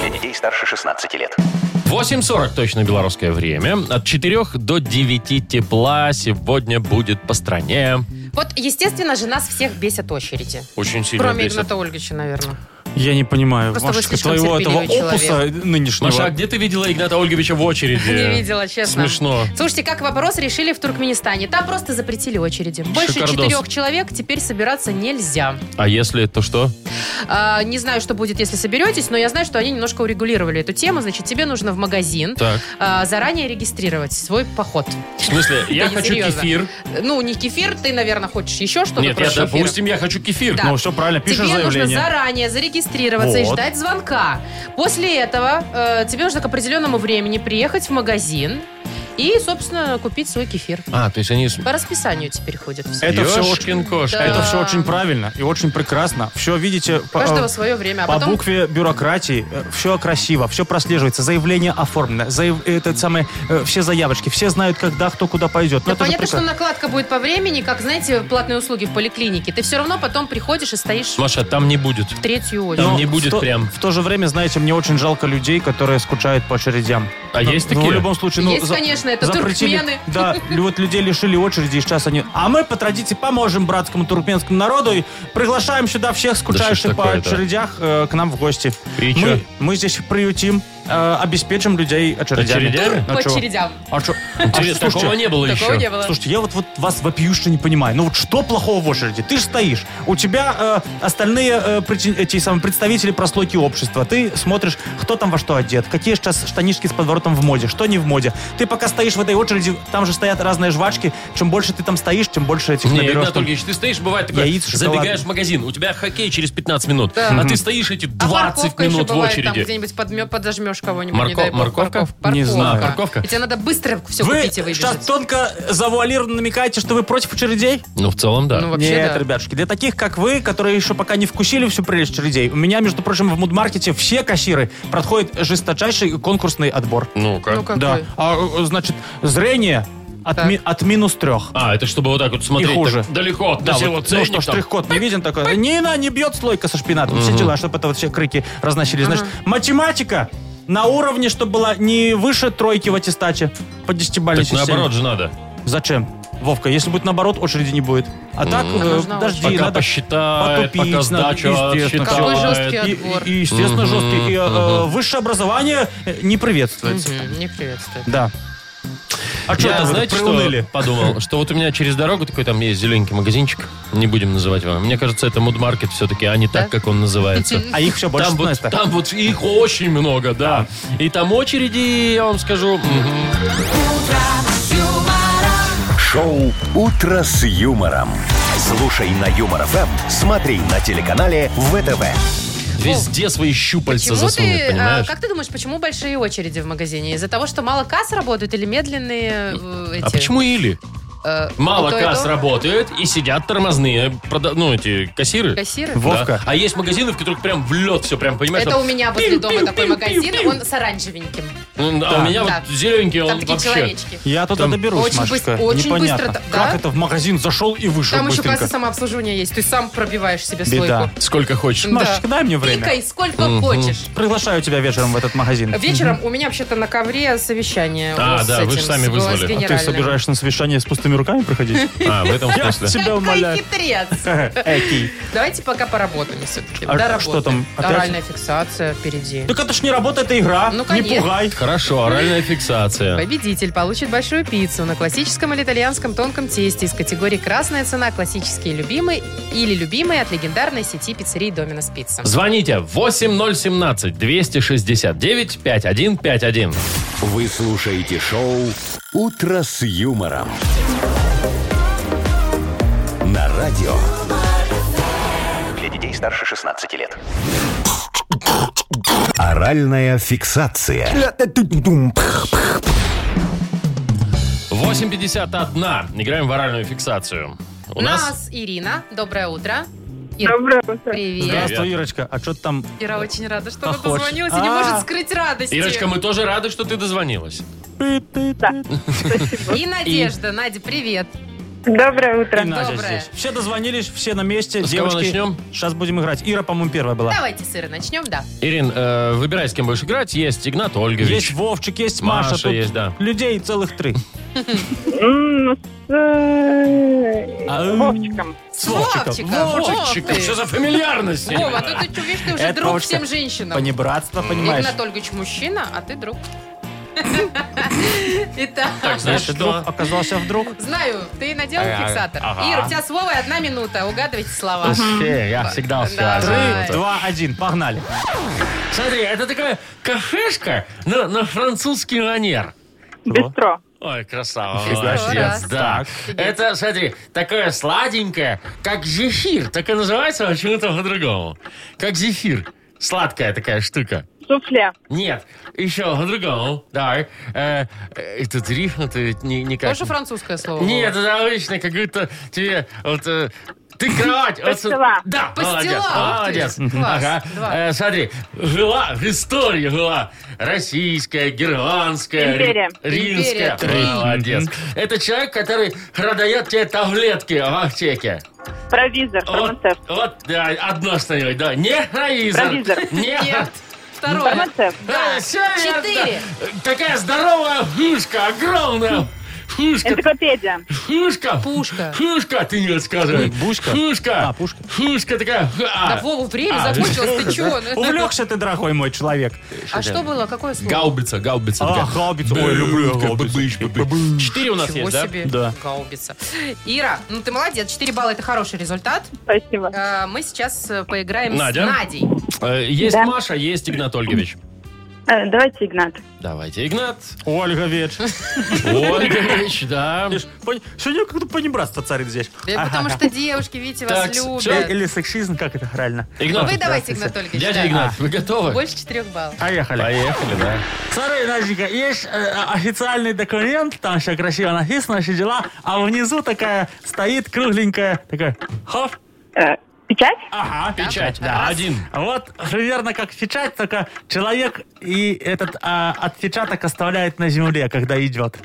Для детей старше 16 лет. 8.40 точно белорусское время. От 4 до 9 тепла сегодня будет по стране. Вот, естественно же, нас всех бесят очереди. Очень сильно Кроме бесит. Игната Ольгича, наверное. Я не понимаю, Просто вы Машечка, слишком твоего этого терпеливый опуса нынешнего. Маша, а где ты видела Игната Ольговича в очереди? Не видела, честно. Э, Смешно. Слушайте, как вопрос решили в Туркменистане. Там просто запретили очереди. Больше Шикардос. четырех человек теперь собираться нельзя. А если, то что? А, не знаю, что будет, если соберетесь, но я знаю, что они немножко урегулировали эту тему. Значит, тебе нужно в магазин Так. а, заранее регистрировать свой поход. В смысле, я не хочу серьезно. кефир. Ну, не кефир, ты, наверное, хочешь еще что-то Нет, я, кроме кефира? допустим, я хочу кефир. Да. Ну, все правильно, пишешь тебе нужно заявление. заранее зарегистрироваться и Вот. ждать звонка. После этого э, тебе нужно к определенному времени приехать в магазин и, собственно, купить свой кефир. А, то есть они... с- По расписанию теперь ходят. Это все очень, Ёшкин кош. Да. это все очень правильно и очень прекрасно. Все видите У по, э, каждого свое время. А по потом букве бюрократии. Все красиво, все прослеживается, заявление оформлено, заяв- это самое, э, все заявочки, все знают, когда кто куда пойдет. Ну, Ну, это же понятно, что прекрасно. накладка будет по времени, как, знаете, платные услуги в поликлинике. Ты все равно потом приходишь и стоишь Маша, там не будет. в третью Там Но очередь. не будет в то- прям. В то же время, знаете, мне очень жалко людей, которые скучают по очередям. А Ну, есть ну, такие? в любом случае, ну, Есть, конечно, это туркмены. Да, лю- вот людей лишили очереди, и сейчас они... А мы, по традиции, поможем братскому туркменскому народу и приглашаем сюда всех что ж скучающих по такое-то? очередях э, к нам в гости. И чё? мы, мы здесь приютим, э, обеспечим людей очередями. Очередями? А По чё? очередям. [laughs] А чё? Интересно, А, такого слушайте, не было Такого еще. не было. Слушайте, я вот, вот вас вопиюще не понимаю. Ну вот что плохого в очереди? Ты ж стоишь. У тебя э, остальные э, причин- эти самые представители прослойки общества. Ты смотришь, кто там во что одет, какие сейчас штанишки с подворотом в моде, что не в моде. Ты пока стоишь в этой очереди, там же стоят разные жвачки. Чем больше ты там стоишь, тем больше этих Не, наберешь. Игнат Ольгович, ты стоишь, бывает такое, Яиц, шоколад. забегаешь в магазин, у тебя хоккей через 15 минут, Да. а ты стоишь эти А 20 парковка еще минут в бывает, там очереди. где-нибудь подмё- подожмешь кого-нибудь, Марко- не дай бог. морковка? Парковка. Не знаю. Парковка? И тебе надо быстро все Вы купить и сейчас выбежать. тонко завуалированно намекаете, что вы против очередей? Ну, в целом, да. Ну, вообще, Нет, да. ребятушки, для таких, как вы, которые еще пока не вкусили всю прелесть людей, у меня, между прочим, в мудмаркете все кассиры проходят жесточайший конкурсный отбор. Ну-ка. Ну, какой? Да. А, э, значит, зрение от, Так. ми- от минус трех. А, это чтобы вот так вот смотреть. И хуже. так далеко от Да, носила вот, ну ценник что, там. штрих-код не виден такой. Нина, не бьет слойка со шпинатом. Все дела, чтобы это вот все крики разносились. Значит, математика на уровне, чтобы была не выше тройки в аттестате по десятибалльной Так системе. наоборот же надо. Зачем? Вовка, если будет наоборот, очереди не будет. А так, э, Нужна подожди, Пока надо посчитает, потупить пока надо, сдачу естественно, отсчитает. Какой всё. жесткий И- отбор. И, и, естественно, Мгм, жесткий. И, э, мгм. высшее образование э, не приветствуется. Мгм, Не приветствую. Да. А что Я, это вы знаете, так что приуныли? подумал? Что вот у меня через дорогу такой там есть зелененький магазинчик. Не будем называть его. Мне кажется, это мудмаркет все-таки, а не так, Да? как он называется. А их все больше Там вот, 16. там вот их очень много, да. И там очереди, я вам скажу. мгм. Шоу «Утро с юмором». Слушай на Юмор ФМ, смотри на телеканале ВТВ. Везде свои щупальца Почему засунут, ты, а, понимаешь? как ты думаешь, почему большие очереди в магазине? Из-за того, что мало касс работают или медленные э, эти? А почему или? э, Мало то и касс то? работают и сидят тормозные, прода- ну, эти кассиры. Кассиры? Во- Вовка. Да. А есть магазины, в которых прям в лед все, прям, понимаешь? Это там у меня возле пим, дома пим, такой пим, магазин, пим, он пим. с оранжевеньким. Ну, да, А у меня Да. вот зелененький, он Там такие вообще... человечки. Я туда Там доберусь, очень Машечка. быстро- очень Непонятно. быстро, да? Как это в магазин зашел и вышел Там еще быстренько? касса самообслуживания есть. Ты сам пробиваешь себе Беда. слойку. Сколько хочешь. Да. Машечка, дай мне время. Пикай сколько хочешь. Приглашаю тебя вечером в этот магазин. Вечером у меня вообще-то на ковре совещание. А, вот с да, вы этим, ж сами с вызвали. А ты А ты генеральным. собираешь на совещание с пустыми руками [laughs] приходить? А, в этом Я смысле. тебя Какой умоляю. хитрец. Экий. Давайте пока поработаем все-таки. А что там, опять? Оральная фиксация впереди. Так это ж не работа, это игра. Ну, Не конечно. пугай. Хорошо, оральная фиксация. Победитель получит большую пиццу на классическом или итальянском тонком тесте из категории «Красная цена», «Классические любимые» или «Любимые» от легендарной сети пиццерий «Доминос Пицца». Звоните 8017-269-5151. Вы слушаете шоу «Утро с юмором». На радио Для детей старше 16 лет. «Оральная фиксация». 8.51. Играем в оральную фиксацию. У нас... Ирина. Доброе утро. Ир, Доброе утро. привет. Здравствуй, Ирочка. А что там? Ира очень рада, что она Похож. позвонилась и не А. может скрыть радости. Ирочка, мы тоже рады, что ты дозвонилась. И Надежда. Надя, привет. Доброе И утро. Надя Доброе. здесь. Все дозвонились, все на месте. С кого Девочки, начнем? сейчас будем играть. Ира, по-моему, первая была. Давайте с Ирой начнем, да. Ирин, э, выбирай, с кем будешь играть. Есть Игнат Ольгович. Есть Вовчик, есть Маша Маша. тут есть, да. Людей целых три. М, М, с, э, А, м. Вовчиком. С Вовчиком. Вовчик, Вов ты. что за фамильярность? Вова, а тут ты, видишь, ты уже Это, друг Вовочка, всем женщинам. Понебратство, понимаешь? Игнат Ольгович мужчина, а [laughs] ты друг. Так, Итак, значит, Вдруг что? оказался вдруг. знаю, ты надел Ага, фиксатор. ага. Ир, у тебя слово и одна минута, угадывайте слова. Все, я всегда успеваю. Три, Давай. два, один, погнали. Смотри, это такая кафешка на, на французский манер. Бистро. Ой, красава. Молодец, молодец, да. так. Это, смотри, такое сладенькое, как зефир. Так и называется а почему-то по-другому. Как зефир. Сладкая такая штука. Суфле. Нет, еще по-другому. Давай. Э, э, этот рифм, это ведь не, никак. Тоже французское слово? Нет, это обычно как будто тебе вот... э, ты кровать. вот с- Пастила. Да, Пастила, молодец, ух ты, молодец. класс, Ага. два. Э, смотри, жила, в истории была российская, германская, Империя. ри- римская. Империя, три. Молодец. Это человек, который продает тебе таблетки в аптеке. Провизор. Вот, Фармацевт. вот, да, одно что-нибудь, да. Не провизор. Провизор. Не [laughs] Нет. Ну, Второе. Фармацевт. Да, всё верно. четыре. Такая здоровая фишка, огромная фишка. Энциклопедия. Фишка. Пушка. Фишка, ты не сказывай. Ой, бушка. Фишка. А, пушка. Фишка такая. а. Да, Вову, время А, закончилось, ты чего? Ну, Увлекся ты, дорогой мой человек. А что было? Какое слово? Гаубица, гаубица. А, такая. гаубица. Ой, люблю Бэбышка, гаубицу. бэбыш, бэбыш. Четыре у нас Ничего есть, да? себе. Да. Гаубица. Ира, ну ты молодец, 4 балла это хороший результат. Спасибо. Э, Мы сейчас э, поиграем Надя? с Надей. Э, Есть Да. Маша, есть Игнат Ольгович. Э, Давайте, Игнат. Давайте, Игнат. Ольга [laughs] Веч. Ольгович, да. Видишь, пон- Сегодня как-то понебратство царит здесь. Да, Потому что девушки, видите, вас Так, всё, любят. Или сексизм, как это правильно? Игнат. Вы давайте, Игнат Ольгович. Дядя да. Игнат, вы готовы? Больше 4 баллов. Поехали. Поехали, да. Смотри, Наденька, есть э, официальный документ, там все красиво написано, все дела, а внизу такая стоит кругленькая, такая, хоп, Э, Печать? ага, Печать, да, Раз. один. Вот примерно как печать, только человек и этот а, отпечаток оставляет на земле, когда идет.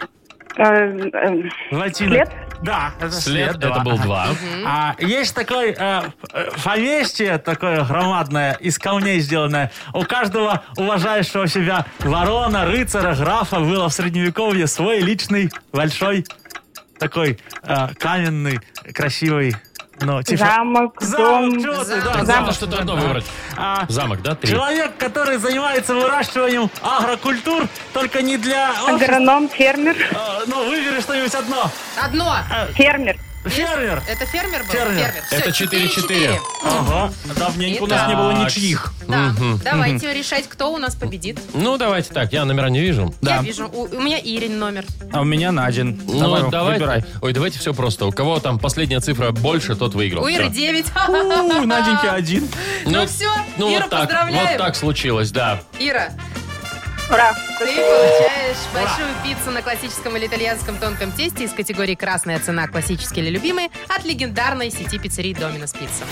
Э, э, Латина. След? Да. это След, это да. был два. А есть такое э, э, поместье, такое громадное, из камней сделанное. У каждого уважающего себя ворона, рыцара, графа было в средневековье свой личный большой такой э, каменный, красивый, ну, типа... Замок, Замок, дом. чё ты, Замок. да, Так, замок. Замок, что-то одно выбрать. А, Замок, да, три? Человек, который занимается выращиванием агрокультур, только не для... общества, Агроном, фермер. э, Ну, выбери что-нибудь одно. Одно. Фермер. Фермер. Это фермер был? Фермер. Всё, Это 4-4. Ага, давненько у нас не было Итак. ничьих. Да. Давайте решать, кто у нас победит. Ну, давайте так, я номера не вижу. Я вижу. У, у меня Ирин номер. А у меня Надин. Ну, Давай, давай. выбирай. Ой, давайте все просто. У кого там последняя цифра больше, тот выиграл. У Иры Всё. 9. У, Наденьки один. Ну все, Ну, Ира, вот так, поздравляем. вот так случилось, да. [laughs] Ира, Ура. ты получаешь большую пиццу на классическом или итальянском тонком тесте из категории «Красная цена. Классические или любимые» от легендарной сети пиццерий «Доминос Пицца».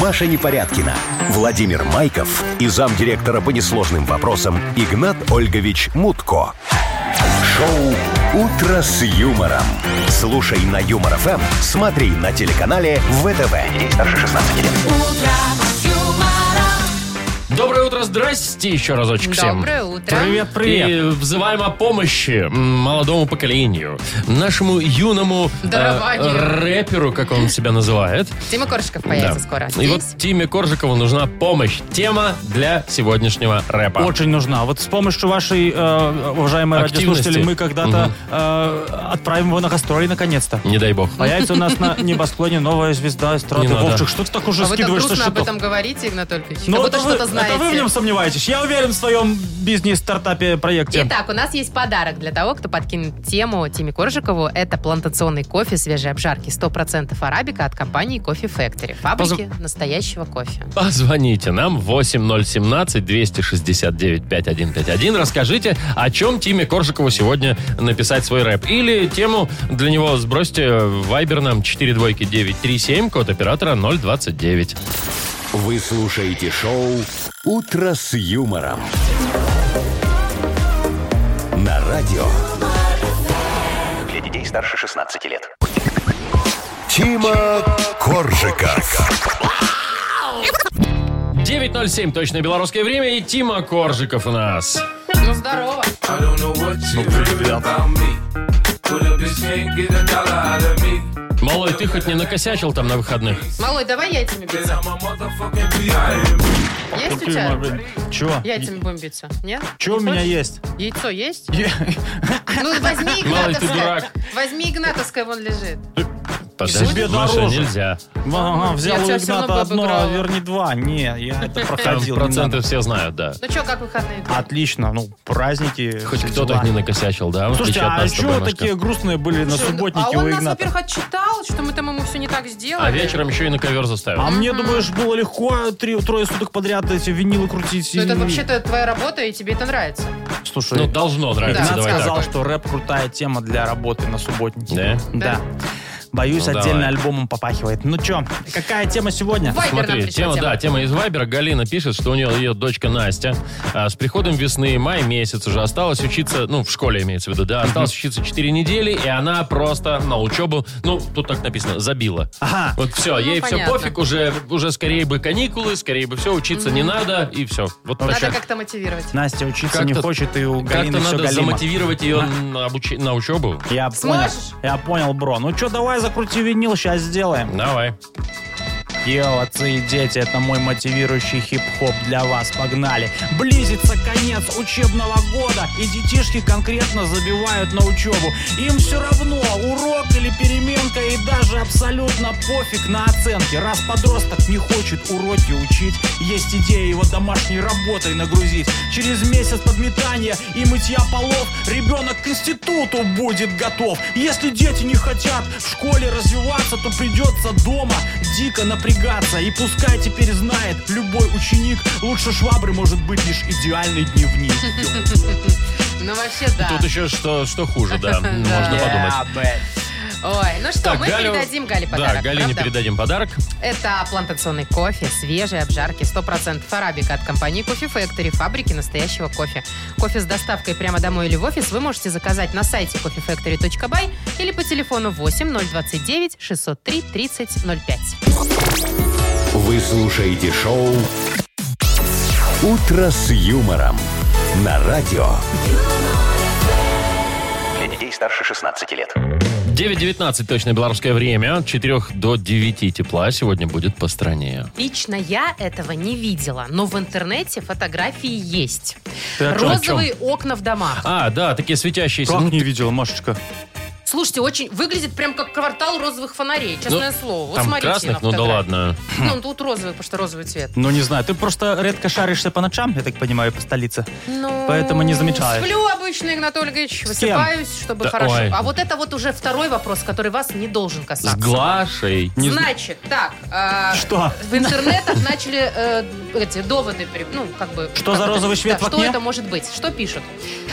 Маша Непорядкина, Владимир Майков и замдиректора по несложным вопросам Игнат Ольгович Мутко. Шоу «Утро с юмором». Слушай на Юмор ФМ, смотри на телеканале ВТВ. Здесь старше 16 лет. Доброе утро, здрасте еще разочек всем. Доброе утро. Привет, И привет. взываем о помощи м, молодому поколению, нашему юному э, Дарованию. рэперу, как он себя называет. Дима Коршиков появится Да. скоро. И вот Здесь. А Тиме Коржикову нужна помощь. Тема для сегодняшнего рэпа. Очень нужна. Вот с помощью вашей, э, уважаемые Активности. радиослушатели, мы когда-то э, отправим его на гастроли наконец-то. Не дай бог. Появится у нас на небосклоне новая звезда эстрады. Не надо. Вовчик, что ты так уже А вы так скидываешь со грустно об счетов? этом говорите, Игнат Ольгович. Ну, как будто это вы- что-то знаете. Это вы в нем сомневаетесь. Я уверен в своем бизнес-стартапе проекте. Итак, у нас есть подарок для того, кто подкинет тему Тиме Коржикову. Это плантационный кофе свежей обжарки 100% арабика от компании Coffee Factory. Фабрики настоящего кофе. Позвоните нам 8017-269-5151. Расскажите, о чем Тиме Коржикову сегодня написать свой рэп. Или тему для него сбросьте в Viber нам 42937, код оператора 029. Вы слушаете шоу «Утро с юмором». На радио Для детей старше 16 лет. Тима Коржика. 9.07, точное белорусское время, и Тима Коржиков у нас. Ну, здорово. I don't know what you heard about me. Put up this can't get a dollar out of me. Малой, ты хоть не накосячил там на выходных? Малой, давай яйцами Then биться. I'm a motherfucking B.I.M.B. Есть у Ты, тебя? Марвин, Чё? Яйцами будем биться. Нет? Чё у Не меня хочешь? есть? Яйцо [laughs] есть? Ну, возьми Малый, ты Игнатовское. дурак. Возьми Игнатовское, вон лежит. Подожди, себе Маша, дороже. нельзя. Ага, взял Я у тебя всё равно Игната бы одно, а обыграла. верни два. Не, я это Там проходил. не проценты надо. все знают, да. Ну что, как выходные? Отлично, ну, праздники. Хоть все кто-то дела. не накосячил, да? в Слушайте, отличие от а нас с тобой, чего Машка? такие грустные были на А субботнике у он нас, Игната? во-первых, отчитал, что мы там ему все не так сделали. А вечером еще и на ковер А заставил. мне, думаешь, было легко три, трое суток подряд эти винилы крутить? Ну, это и- вообще-то твоя работа, и тебе это нравится. Слушай, Ну, должно нравиться, Игнат давай сказал, так. что рэп крутая тема для работы на субботнике. Да? Да. Боюсь, Ну, отдельно давай. альбомом попахивает. Ну чё, какая тема сегодня? Вайбер нам Смотри, пришла тема, да, тема из Вайбера. Галина пишет, что у нее ее дочка Настя а, с приходом весны, май месяц уже осталось учиться, ну, в школе имеется в виду, да, осталось учиться 4 недели, и она просто на учебу, ну, тут так написано, забила. Ага. Вот все, Ну, ей понятно. все пофиг, уже, уже скорее бы каникулы, скорее бы все, учиться не надо, и все. Вот вообще Надо как-то мотивировать. Настя учиться Как-то- не хочет, и у Галины как-то все надо галимо. замотивировать ее на, обуч- на учебу. Я понял, Сможешь? я понял, бро. Ну чё, давай закрути винил, сейчас сделаем. Давай. Йоу, отцы и дети, это мой мотивирующий хип-хоп для вас. Погнали. Близится конец учебного года, и детишки конкретно забивают на учебу. Им все равно, урок или переменка, и даже абсолютно пофиг на оценки. Раз подросток не хочет уроки учить, есть идея его домашней работой нагрузить. Через месяц подметания и мытья полов ребенок к институту будет готов. Если дети не хотят в школе развиваться, то придется дома дико напрягаться. И пускай теперь знает любой ученик, лучше швабры может быть лишь идеальный [laughs] дневник. Ну, вообще, да. Тут еще что, что хуже, [laughs] да, Да. можно подумать. Ой, ну что, Так, мы Галю- передадим Гале подарок, Да, Галине правда? передадим подарок. Это плантационный кофе, свежие обжарки, 100% арабика от компании Coffee Factory, фабрики настоящего кофе. Кофе с доставкой прямо домой или в офис вы можете заказать на сайте coffeefactory.by или по телефону 8 029 603 3005. Вы слушаете шоу «Утро с юмором» на радио. Для детей старше 16 лет. 9.19 точное белорусское время. От 4 до 9 тепла сегодня будет по стране. Лично я этого не видела, но в интернете фотографии есть. Ты о чём, о чём? Розовые окна в домах. А, да, такие светящиеся. Ну, не видела, Машечка? Слушайте, очень выглядит прям как квартал розовых фонарей, Ну, честное слово. Вот там смотрите красных, на ну да фотографии. ладно. Ну, тут розовый, потому что розовый цвет. Ну, не знаю. Ты просто редко шаришься по ночам, я так понимаю, по столице. Ну, Поэтому не замечаешь. Сплю обычно, Игнат Ольгович, С кем? высыпаюсь, чтобы Да, хорошо. ой. А вот это вот уже второй вопрос, который вас не должен С касаться. Глашей. Не зн- Значит, так, э, Что? в интернетах начали э, эти доводы, при- ну, как бы... Что как за это- розовый свет да, в Что окне? это может быть? Что пишут?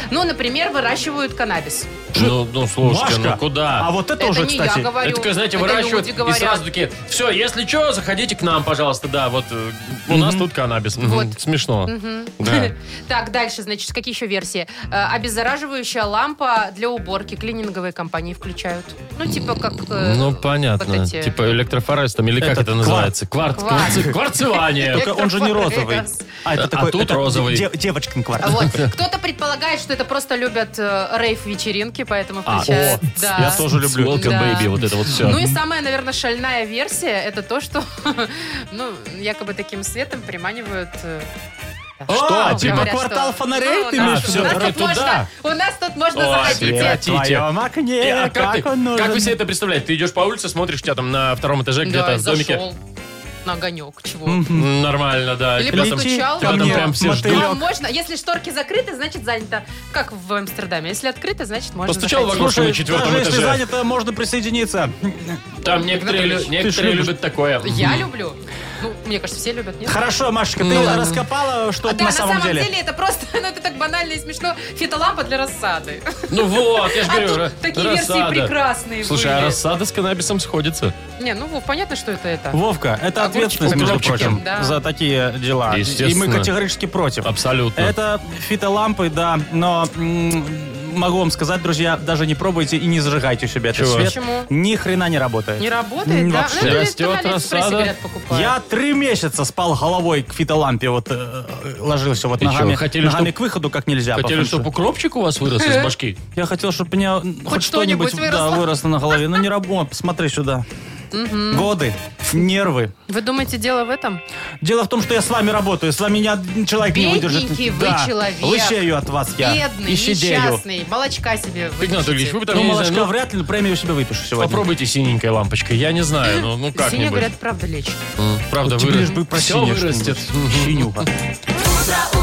Ну, например, выращивают каннабис. Ну, ну, слушайте, Машка? ну куда? А вот это, это уже, не кстати. я говорю. это, как, знаете, это выращивают люди и говорят. сразу такие, все, если что, заходите к нам, пожалуйста, да, вот э, у нас тут каннабис. Мгм, Вот. Смешно. Мгм. Да. [laughs] Так, дальше, значит, какие еще версии? Э, Обеззараживающая лампа для уборки клининговые компании включают. Ну, типа как... э, Ну, понятно. вот эти- Типа электрофорестом, или как Это это кварц. называется? Кварц. Кварц. кварц- Кварцевание. Только он же не розовый. А, А тут розовый. де- девочкин [laughs] квартал. Вот. Кто-то предполагает, что это просто любят э, рейв-вечеринки, поэтому А, включают. о, Да. я тоже люблю. Welcome, Да. baby, вот это вот все. Ну и самая, наверное, шальная версия, это то, что [laughs] ну, якобы таким светом приманивают... э, Что, ну, типа говорят, А, квартал что- фонарей Ну, ты да. имеешь в У виду? нас Всё, тут туда. можно- У нас тут можно Ой, заходить. свет. в твоем окне, Э, а как, как, он ты, нужен. как вы себе это представляете? Ты идешь по улице, смотришь, у тебя там на втором этаже где-то Да, в домике. зашел на огонек, чего. М, Нормально, да. Или Тебя там- постучал. тебя Ко там мне прям все мотылек. ждут. Вам можно, если шторки закрыты, значит занято. Как в Амстердаме. Если открыто, значит можно Постучал в заходить. окошко на Слушай, четвертом даже если этаже. занято, можно присоединиться. Там некоторые, лю- Ты ж некоторые любишь. любят такое. Я М. люблю. Ну, мне кажется, все любят, нет? Хорошо, Машечка, ты Ну ладно. раскопала, что А это да, на самом деле. это просто, [laughs] ну это так банально и смешно, фитолампа для рассады. Ну вот, я же [laughs] А говорю, тут ра- такие рассада. версии прекрасные Слушай, а были. рассада с каннабисом сходится. Не, ну Вов, понятно, что это это. Вовка, это Огурчики, ответственность, между огурчики, прочим, да. за такие дела. И Естественно. мы категорически против. Абсолютно. Это фитолампы, да, но м, могу вам сказать, друзья, даже не пробуйте и не зажигайте у себя этот Чего? свет. Почему? Ни хрена не работает. Не работает, да? Вообще. Ну, это Растет в туалете спрей рассада. сигарет покупают. Я три месяца спал головой к фитолампе, вот э, э, ложился вот И чё, ногами, хотели, ногами чтоб- к выходу как нельзя. по Хотели, фэншую. чтобы укропчик у вас вырос Э? из башки? Я хотел, чтобы у меня м, хоть, что-нибудь что-нибудь да, выросло. выросло на голове. Ну не работает, смотри сюда. Годы, нервы. Вы думаете, дело в этом? Дело в том, что я с вами работаю, с вами ни один человек не Бедненький выдержит. вы человек. Лысею от вас я. Бедный, И сидею. несчастный. Молочка себе Игнат Ильич, вы выпишите. бы там, Ну, я не знаю, ну, молочка вряд ли, но премию себе выпишу сегодня. попробуйте синенькой лампочкой. Я не знаю, ну, ну Синяя, как-нибудь. говорят, правда лечит. М, Ну, Правда, Вот тебе вырастет. лишь бы про Все синее вырастет. что-нибудь. Синюха.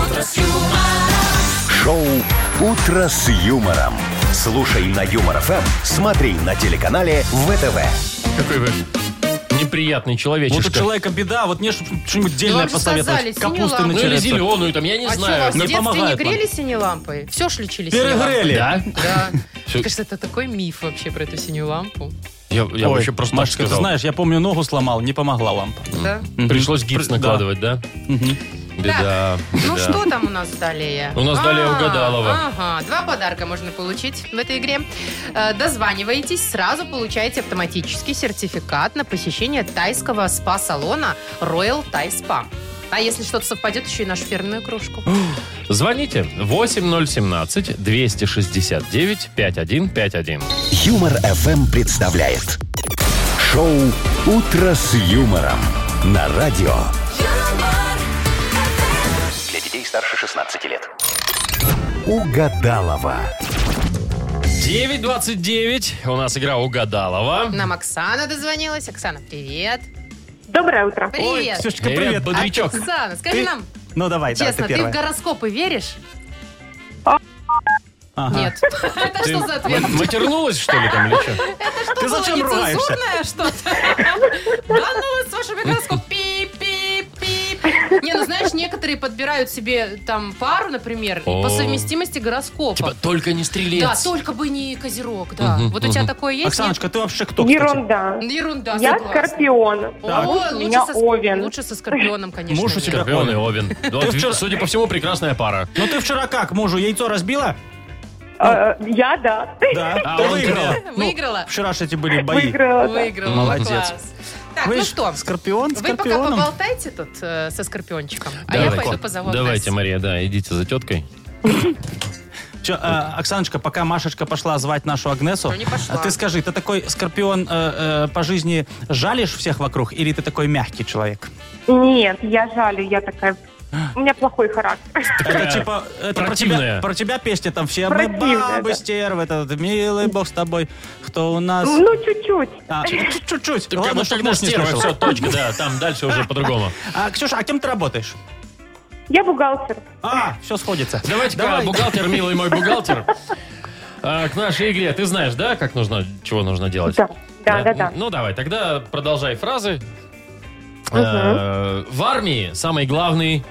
Шоу «Утро с юмором». Слушай на Юмор ФМ, смотри на телеканале ВТВ. Какой вы неприятный Вот у человечишка. человека беда, а вот не чтоб что-нибудь Ну, вам дельное же сказали, посоветовать. синюю Капусты Ну или начали. зеленую, там, я не а что, знаю. вас в не детстве не помогает грели синей лампой? Все ж лечили синей лампой. Перегрели. Да? Да. Всё. Мне кажется, это такой миф вообще про эту синюю лампу. Я, я Ой, вообще просто так Машечка, ты сказал. знаешь, я помню, ногу сломал, не помогла лампа. Да? Мгм. Пришлось гипс При- да. накладывать, да? Мгм. Беда. Ну беда. что там у нас далее? У нас далее угадалово. Ага, два подарка можно получить в этой игре. Э, Дозваниваетесь, сразу получаете автоматический сертификат на посещение тайского спа-салона Royal Thai Spa. А если что-то совпадет, еще и нашу фирменную [gasps] кружку. Звоните 8017-269-5151. Юмор ФМ представляет. Шоу «Утро с юмором» на радио. Для детей старше 16 лет. Угадалова. 9.29. У нас игра угадалова. Нам Оксана дозвонилась. Оксана, привет. Доброе утро. Привет. Ксюшечка, привет. А бодрячок. Оксана, скажи Ты- нам, Ну давай, да, честно, ты ты, в первая. гороскопы веришь? Ага. Нет. [laughs] Это А. Ты что за ответ? м- Матернулась, что ли, там, или [laughs] что? Ты было зачем ругаешься? нецензурное что-то? Да ну, с вашим гороскопом. Пип-пип-пип. Не, ну знаешь, некоторые подбирают себе там пару, например, О. по совместимости гороскопа. Типа, только не стрелец. да, только бы не козерог, да. Мгм, вот у тебя мгм. такое есть? Оксаночка, ты вообще кто, кстати? Ерунда. Нет? Ну, Ерунда, Я согласна. скорпион. О, Так. Муж у лучше, меня со, ск- овен. лучше со скорпионом, конечно. Муж у нет. тебя- Скорпион и Овен. [laughs] Да, вот, вчера- Судя по всему, прекрасная пара. Ну ты вчера как, мужу яйцо разбила? Э, Я, да. Да. А Ты он выиграла. тебя Ну, Выиграла? Вчера ж эти были бои. Выиграла. да. Выиграла. Молодец. класс. Так, ну Видишь, что, Скорпион, вы пока скорпионом. поболтайте тут э, со скорпиончиком, а я Давайте. пойду позову Настю. Давайте, Мария, да, идите за теткой. Чё, э, Оксаночка, пока Машечка пошла звать нашу Агнесу, Ну, не пошла. а ты скажи, ты такой скорпион э, э, по жизни жалишь всех вокруг, или ты такой мягкий человек? Нет, я жалю, я такая... У меня плохой характер. Это Э, типа это про, противная. тебя, про тебя песня там все мы Противная, бабы да. стервы, это, это, милый бог с тобой, кто у нас. Ну, чуть-чуть. Э, А, чуть-чуть. Ты Главное, как чтобы будто муж не стерва, слышал. всё, точка, да, там дальше [laughs] уже по-другому. А, Ксюша, а кем ты работаешь? Я бухгалтер. А, все сходится. Давайте-ка, Давай. бухгалтер, милый мой [laughs] бухгалтер, а, к нашей игре. Ты знаешь, да, как нужно, чего нужно делать? Да, да, да, да. Ну, давай, тогда продолжай фразы. Э, В армии самый главный...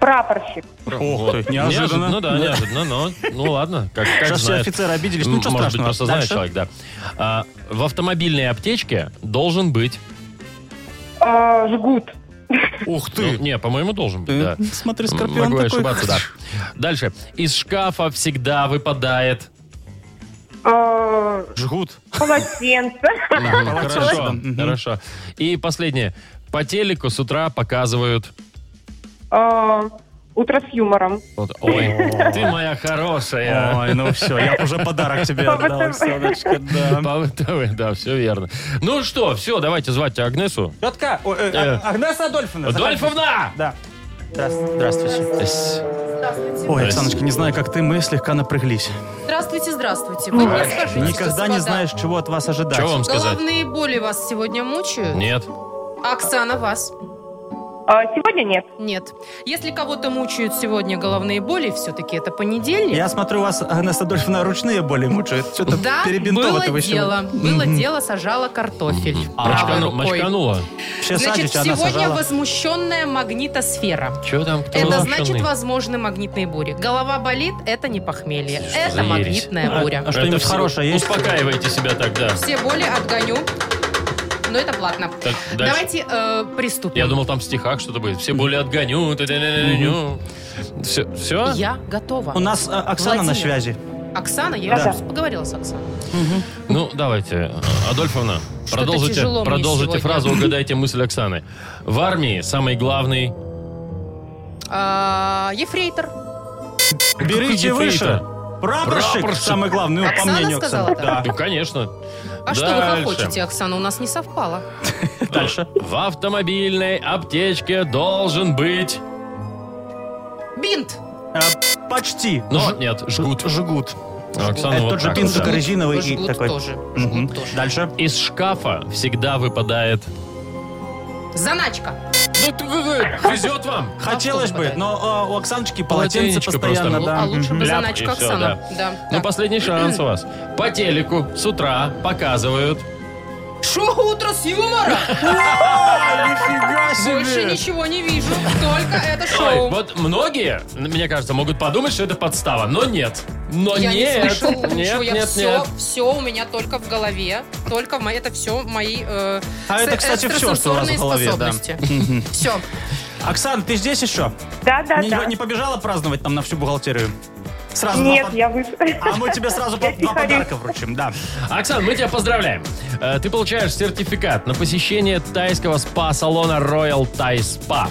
Прапорщик. Ух ты, неожиданно. Ну да, неожиданно, но ну ладно, как, как Сейчас все знает. офицеры обиделись. М, Ну, что Может быть, страшного. просто знает Дальше. человек, да. А, в автомобильной аптечке должен быть... э, Жгут. Ух ты. Ну, не, по-моему, должен быть, Ты, да. Смотри, скорпион Могу я такой. ошибаться, да. Дальше. Из шкафа всегда выпадает... э, Жгут. Полотенце. [laughs] Хорошо, Мгм. хорошо. И последнее. По телеку с утра показывают... э, Утро с юмором. Вот, Ой, ты моя хорошая. Ой, ну все, я [laughs] уже подарок тебе отдал, Оксаночка, да. По ВТВ, Да, все верно. Ну что, все, давайте звать Агнесу. Тетка, ой, э, Э. А- Агнеса Адольфовна. Адольфовна! Да. Здра- Здравствуйте. Ой, Здрасте. Оксаночка, не знаю, как ты, мы слегка напряглись. Здравствуйте, здравствуйте. Вы мне скажите, Никогда не господа, знаешь, чего от вас ожидать. Что вам сказать? Головные боли вас сегодня мучают? Нет. А Оксана вас? Э, Сегодня нет. Нет. Если кого-то мучают сегодня головные боли, все-таки это понедельник. Я смотрю, у вас, Агнеса Адольфовна, ручные боли мучают. Что-то Да, было перебинтовато вы еще. дело. Было дело, сажала картофель. А, правой Мочкану- рукой. Мочканула. Все Значит, садите, она сегодня сажала. возмущенная магнитосфера. Че там? кто Это возмущенный? значит, возможны магнитные бури. Голова болит, это не похмелье. Что за Это ересь? магнитная А- буря. а что-нибудь Это все- хорошее есть? Успокаивайте себя тогда. Все боли отгоню, но это платно. Так, дальше. Давайте э, приступим. Я думал, там в стихах что-то будет. Все боли отгоню. Все, все? Я готова. У нас э, Оксана на Владимир. связи. Оксана? Я Да-да. уже поговорила с Оксаной. Ну, давайте, Адольфовна, Что-то продолжите, тяжело мне продолжите сегодня. фразу, угадайте мысль Оксаны. В армии самый главный... А, Ефрейтор. Берите Какой выше. ефрейтор? Прапорщик, Прапорщик. самое главное, ну, по Оксана мнению сказала Оксаны. Да. так? Ну, конечно. А что вы Дальше. хохочете, Оксана? У нас не совпало. Дальше. В автомобильной аптечке должен быть... Бинт. Э, Почти. Ну, ж- нет, жгут. Жгут. Оксана Это вот тот же так пин вот, да. только резиновый Ну и Жгут такой. тоже. Мгм. Жгут тоже. Дальше. Из шкафа всегда выпадает... Заначка. Ну, ты- вы- вы- Везет вам! Хотелось бы, попадает. но э, у Оксаночки полотенце Полотенечко постоянно, просто. Ну, да. а лучше бы Ляп, и заначка, всё, Оксана. Да. Ну, Так. последний шанс у вас. По телеку с утра показывают... Шоу «Утро [laughs] с юмором». А, Нифига Больше себе! ничего не вижу. Только это Ой, шоу. вот многие, мне кажется, могут подумать, что это подстава, но нет. Но Я нет, не слышу нет, ничего. Я нет, все, нет. все у меня только в голове. Только в моей, это все мои э, А с- это, кстати, всё, что у вас в экстрасенсорные голове, да. способности. Все. Оксан, ты здесь еще? Да, да, не, да. не побежала праздновать там на всю бухгалтерию? Сразу два Нет, под- я вышла. [laughs] А мы тебе сразу по- Я два тихорю. подарка вручим, да. Оксан, мы тебя поздравляем. Э, Ты получаешь сертификат на посещение тайского спа-салона Royal Thai Spa.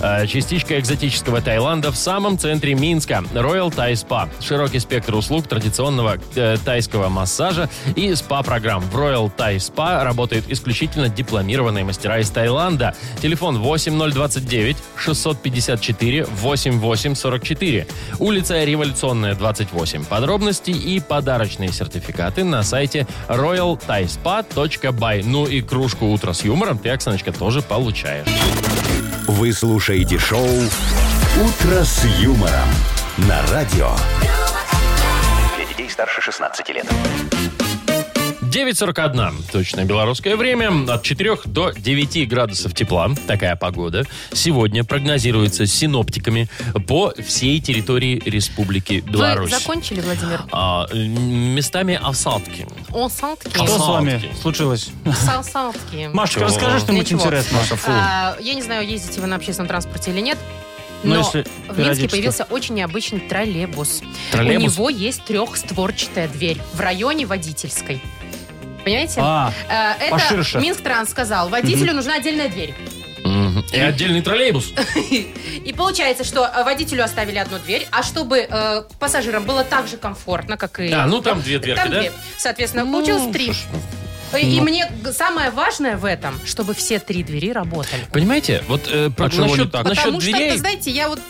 Э, Частичка экзотического Таиланда в самом центре Минска. Royal Thai Spa. Широкий спектр услуг традиционного э, тайского массажа и спа-программ. В Royal Thai Spa работают исключительно дипломированные мастера из Таиланда. Телефон 8029 654 8844. Улица Революционная, 28. Подробности и подарочные сертификаты на сайте royalthaispa.by. Ну и кружку «Утро с юмором» ты, Оксаночка, тоже получаешь. Вы слушаете шоу «Утро с юмором» на радио. Для детей старше 16 лет. 9.41, точное белорусское время, от 4 до 9 градусов тепла, такая погода, сегодня прогнозируется синоптиками по всей территории Республики Вы Беларусь. закончили, Владимир? А, м, местами осадки. Он салтки. А Что с вами Салфетки. случилось? Сал- салтки. Машечка, Чего? расскажи что-нибудь Ничего. интересное. А, Я не знаю, ездите вы на общественном транспорте или нет, Ну, но если в Минске периодически. появился очень необычный троллейбус. Троллейбус? У него есть трехстворчатая дверь в районе водительской. Понимаете? А, Э, Это поширше. Минсктранс сказал, водителю нужна отдельная дверь. Мгм. И отдельный троллейбус. И получается, что э, водителю оставили одну дверь, а чтобы э, пассажирам было так же комфортно, как и... Да, ну там две дверки, Там да? Ну, две. Соответственно, [laughs] получилось три. И мне г- самое важное в этом, чтобы все три двери работали. Понимаете, вот э, про- А чего не насчет, так? насчет Потому что, это, дверей... знаете, я вот...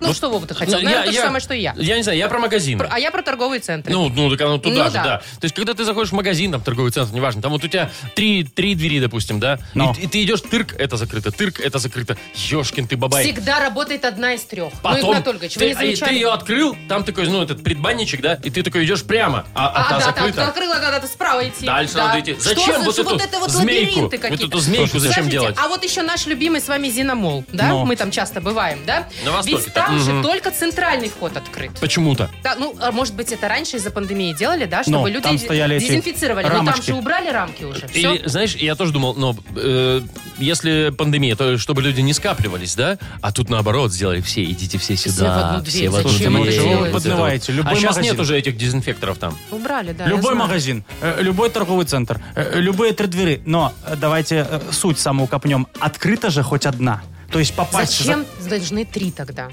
Ну, Вот, что Вова ты хотел? ну, Наверное, я- то же я- самое, что и я. Я не знаю, я про магазины. Про- А я про торговые центры. Ну, ну, так оно туда Ну же, да. да. То есть, когда ты заходишь в магазин, там, торговый центр, неважно, там вот у тебя три, три двери, допустим, да, и Но. ты- и, ты идешь, тырк, это закрыто, тырк, это закрыто. Ёшкин ты, бабай. Всегда работает одна из трех. ну, Потом Игнатольевич, вы ты, не а, и ты замечали? ее открыл, там такой, ну, этот предбанничек, да, и ты такой идешь прямо, а, а А, та да, там закрыта. ты открыла, когда ты справа идти. Дальше Да. надо идти. Что Зачем за- вот, эту это вот змейку? лабиринты Вот какие-то? эту змейку зачем Скажите, делать? Ну. А вот еще наш любимый с вами Зиномол, да? Но. Мы там часто бываем, да? На Востоке, Ведь да. там же Мгм. только центральный вход открыт. Почему-то. Да, ну, а может быть, это раньше из-за пандемии делали, да, чтобы Ну, Но, люди там стояли эти дезинфицировали. Но там рамочки. же убрали рамки уже. Все. Или, знаешь, я тоже думал, но э, если пандемия, то чтобы люди не скапливались, да? А тут наоборот сделали все, идите все сюда. в одну дверь. в одну Зачем дверь. это Вот делать? это вот. Поднываете. Любой а сейчас магазин. нет уже этих дезинфекторов там. Убрали, да. я Любой знаю. магазин, э, любой торговый центр, э, любые три двери. Но э, давайте э, суть саму копнем. Открыта же хоть одна. То есть попасть... за- Зачем должны три тогда?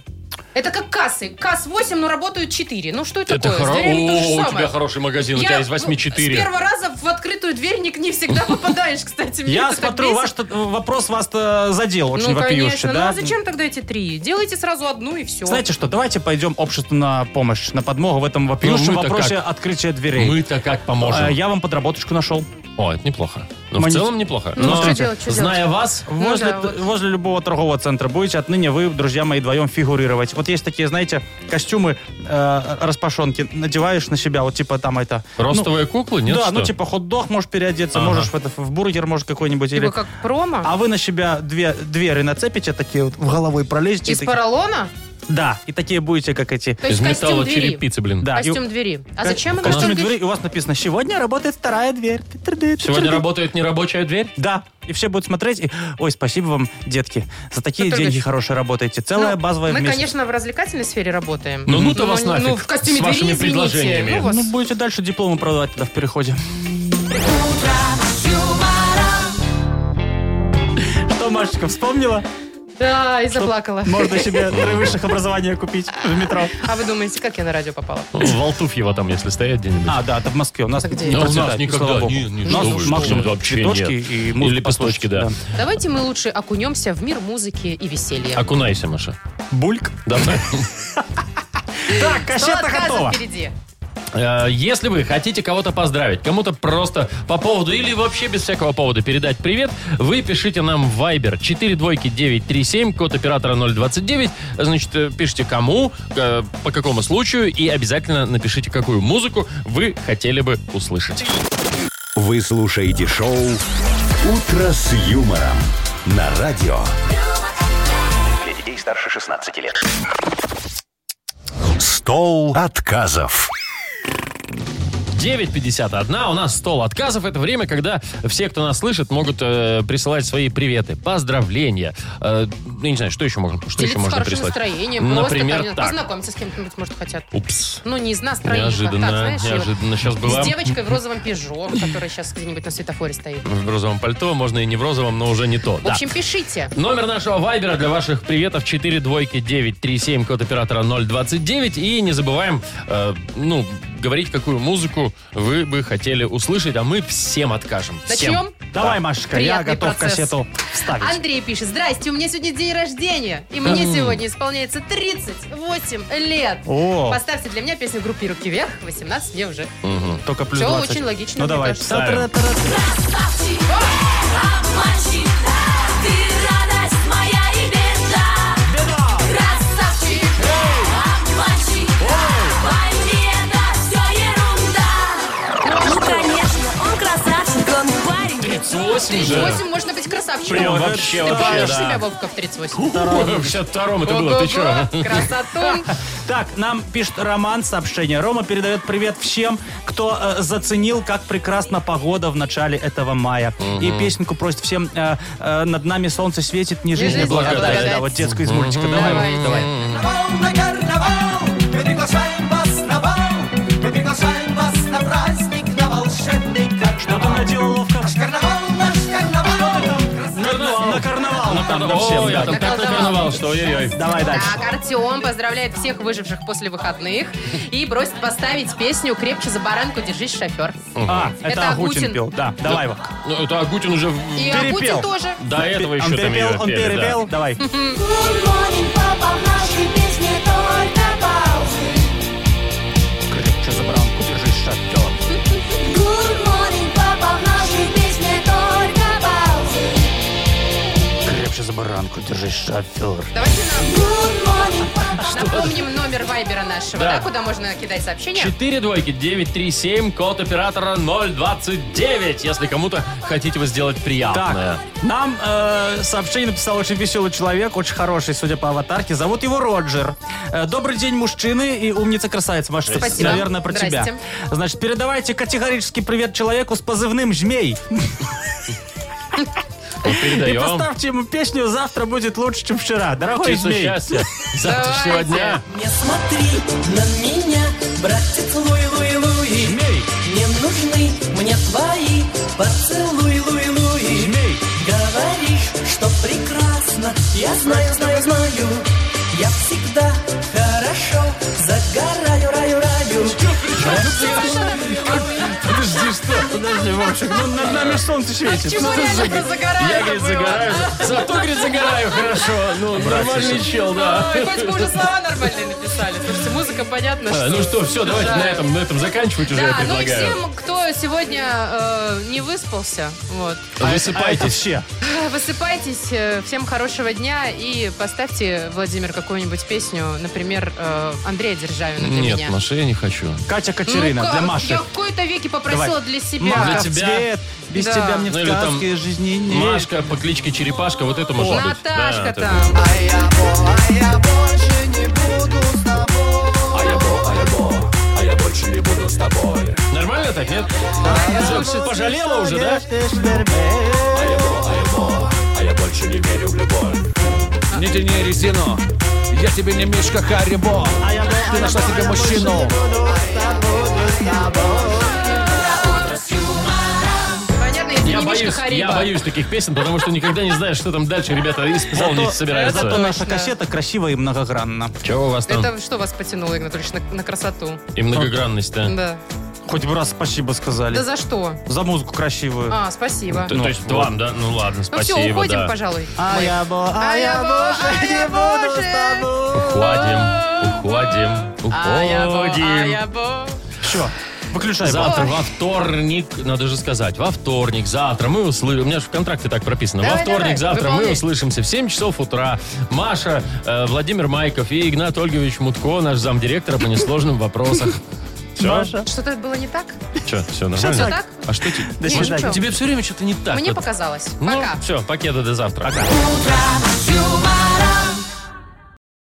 Это как кассы. Касс 8, но работают 4. Ну что это, Это такое? С хоро- дверями то же О, у самое. тебя хороший магазин, у Я, тебя из ну, 8 С 4. первого раза в открытую дверь не, не всегда попадаешь, кстати. Меня Я это так смотрю, бесит. ваш т- вопрос вас э, задел очень ну, вопиюще, конечно. Ну, да? а зачем тогда эти три? Делайте сразу одну и все. Знаете что, давайте пойдем обществу на помощь, на подмогу в этом А вопиющем мы-то вопросе открытия дверей. Мы-то как Э, поможем? Я вам подработочку нашел. О, это неплохо. Ну, в Манить. целом неплохо. Ну, Но, что делать, что зная вас, Ну Возле, да, вот. возле любого торгового центра будете отныне вы, друзья мои, вдвоем фигурировать. Вот есть такие, знаете, костюмы э, распашонки. Надеваешь на себя, вот типа там это... ростовые куклы, нет да, что? ну типа хот-дог можешь переодеться, Ага. можешь в, это, в бургер, может, какой-нибудь. Типа Или... как промо? А вы на себя две двери нацепите, такие вот в головой пролезете. и Из такие- поролона? Да, и такие будете, как эти. То Из есть костюм металла двери. черепицы, блин. Да. и- Костюм двери. А зачем в это? костюме двери у вас написано «Сегодня работает вторая дверь». Тыр-дыр-дыр-дыр. Сегодня работает нерабочая [laughs] дверь? Да, и все будут смотреть. И... Ой, спасибо вам, детки, за такие Петр деньги Ильич, хорошие работаете. Целая Ну, базовая Мы, в месяц. конечно, в развлекательной сфере работаем. Ну, ну-то вас ну, нафиг в костюме с вашими двери, извините. предложениями. Ну, вас- Ну, будете дальше дипломы продавать тогда в переходе. Что, Машечка, вспомнила? Да, и заплакала. Можно себе три высших образования купить в метро. А вы думаете, как я на радио попала? Волтуф его там, если стоять где-нибудь. А, да, это в Москве. У нас А где? не Ну, у нас процветает, никогда, слава богу. не- не У нас что вы, что максимум вы, вообще цветочки нет. и музыку Или послушать, лепесточки, да. Давайте мы лучше окунемся в мир музыки и веселья. Окунайся, Маша. Бульк. Давай. Так, А кассета Отказы готова. впереди. Э, Если вы хотите кого-то поздравить, кому-то просто по поводу или вообще без всякого повода передать привет, вы пишите нам в Viber 42937, код оператора 029. Значит, э, пишите кому, э, по какому случаю и обязательно напишите, какую музыку вы хотели бы услышать. Вы слушаете шоу «Утро с юмором» на радио. Для детей старше 16 лет. Стол отказов. 9.51. У нас стол отказов. Это время, когда все, кто нас слышит, могут э, присылать свои приветы, поздравления. Э, ну, я не знаю, что еще можно, что еще Делиться можно хорошим прислать. Ну, настроением. Например, просто, так. Познакомиться с кем-нибудь, может, хотят. Упс. Ну, не из нас троих. а Неожиданно, так, знаешь, неожиданно. Сейчас была С девочкой в розовом пижо, которая сейчас где-нибудь на светофоре стоит. в розовом пальто, можно и не в розовом, но уже не то. В да. общем, пишите. Номер нашего вайбера для ваших приветов 4 двойки 937, код оператора 029. И не забываем, э, ну, говорить, какую музыку вы бы хотели услышать, а мы всем откажем. Всем. Начнем? Давай, Машечка, я Приятный готов процесс. кассету вставить. Андрей пишет, здрасте, у меня сегодня день рождения, и мне сегодня исполняется 38 лет. О. Поставьте для меня песню группы «Руки вверх», 18 мне уже. Мгм. Только плюс Всё 20. очень логично, Ну мне давай, кажется. ставим. э, э, Ну, конечно, он красавчик, он парень. 38 же. 38 можно быть красавчиком. Прям Ты вообще, вообще, помнишь да. себя, Вовка, в 38? В 62-м это было, ты чё? Ого-го, Красотун. Так, нам пишет Роман сообщение. Рома передает привет всем, кто э, заценил, как прекрасна погода в начале этого мая. И песенку просит всем э, э, «Над нами солнце светит, не жизнь, не жизнь, а благодать». благодать. Да, вот детская из мультика. Давай, Давайте. давай. на карнавал, мы приглашаем вас на бал, мы приглашаем вас на праздник, на волшебный Что там карнавал. наделал Ловка? Наш карнавал, наш карнавал, На карнавал. Там, на всем, О, я да. там так Наколдовал. накарнавал, что ой-ой-ой. Давай дальше. Так, Артем поздравляет всех выживших после выходных и просит поставить песню «Крепче за баранку, держись, шофер». А, это, Это Агутин, Агутин. пел. Да, давай его. Ну, это Агутин уже в- И Перепел. Агутин тоже. до А этого Он еще там перепел, ее он пели, да. перепел. Давай. Гудморнинг, папа, в нашей песне только паузы. Крепче за баранку держись, шатер. Гудморнинг, папа, в нашей песне только паузы. Крепче за баранку держись, шофер. Давайте нам Гудморнинг, папа. напомним номер вайбера нашего, Да. да, куда можно кидать сообщения. 4 двойки 937, код оператора 029, если кому-то хотите вы сделать приятное. Так, нам э, сообщение написал очень веселый человек, очень хороший, судя по аватарке. Зовут его Роджер. Э, добрый день, мужчины и умница-красавица. Маша, это, Спасибо. наверное, про Здрасте. тебя. Значит, передавайте категорически привет человеку с позывным «Жмей». Вот И передаем. поставьте ему песню «Завтра будет лучше, чем вчера». Дорогой Птицу «Жмей». счастья завтрашнего Давайте. дня. Не смотри на меня, братец Луи, Луи, Луи. Не нужны мне твои поцелуй, Луи, Луи. Говоришь, что прекрасно, я знаю, знаю, знаю. Я всегда хорошо загораю, раю, раю. Подожди, что? Подожди, Вовчик, ну над нами солнце светит. Ну, Чего реально про загорание Я, говорит, было? загораю. Зато, говорит, загораю хорошо. Ну, нормальный чел, да. Ой, хоть бы уже слова нормальные написали. Слушайте, музыка понятна, А, Ну что, все, давайте Да. на этом, на этом заканчивать уже, я Да, ну и предлагаю. всем, кто сегодня э, не выспался, вот, А Высыпайтесь. Вообще. высыпайтесь, э, всем хорошего дня и поставьте, Владимир, какую-нибудь песню, например, э, Андрея Державина для Нет, меня. Маша, я не хочу. Катя Катерина Ну, для как? Маши. Я в какой-то веке попросила Давай. для себя. Маша, Для в тебя. цвет, без Да. тебя мне в Ну или там сказке жизни нет. Машка по кличке Черепашка, вот это может быть. Да, Наташка это- там. А я, о, а я больше не буду. Ешь вербей. А я больше не верю в любовь. Не тяни резину, я тебе не Мишка Харибо. Ты нашла себе мужчину. Понятно, если Я не Мишка боюсь, я Хариба. боюсь таких песен, потому что никогда не знаешь, что там дальше ребята исполнить Зато собираются. наша кассета красивая и многогранна. Чего у вас там? Это что вас потянуло, Игорь Анатольевич, на, на красоту? И многогранность-то. Да. Хоть бы раз спасибо сказали. Да за что? За музыку красивую. А, спасибо. То то есть вам, да? Ну ладно, Ну все, спасибо, уходим, да. пожалуй. А Мы. я, бо- а А я я бо- больше а я не буду больше. с Уходим, тобой. уходим, А я бо- а уходим. я бо- Все, выключай. Завтра, во вторник, надо же сказать, во вторник, завтра мы услышим, у меня же в контракте так прописано, во Давай, вторник, давай, завтра мы выполняй. услышимся в 7 часов утра. Маша, э, Владимир Майков и Игнат Ольгович Мутко, наш замдиректора по несложным [laughs] вопросам. Все? Что-то было не так? Что, все нормально? всё так? А что тебе? Не, Маша, ничего. тебе все время что-то не так. Мне а, Вот. показалось. Ну, Пока. все, пакеты до завтра. Утро с юмором.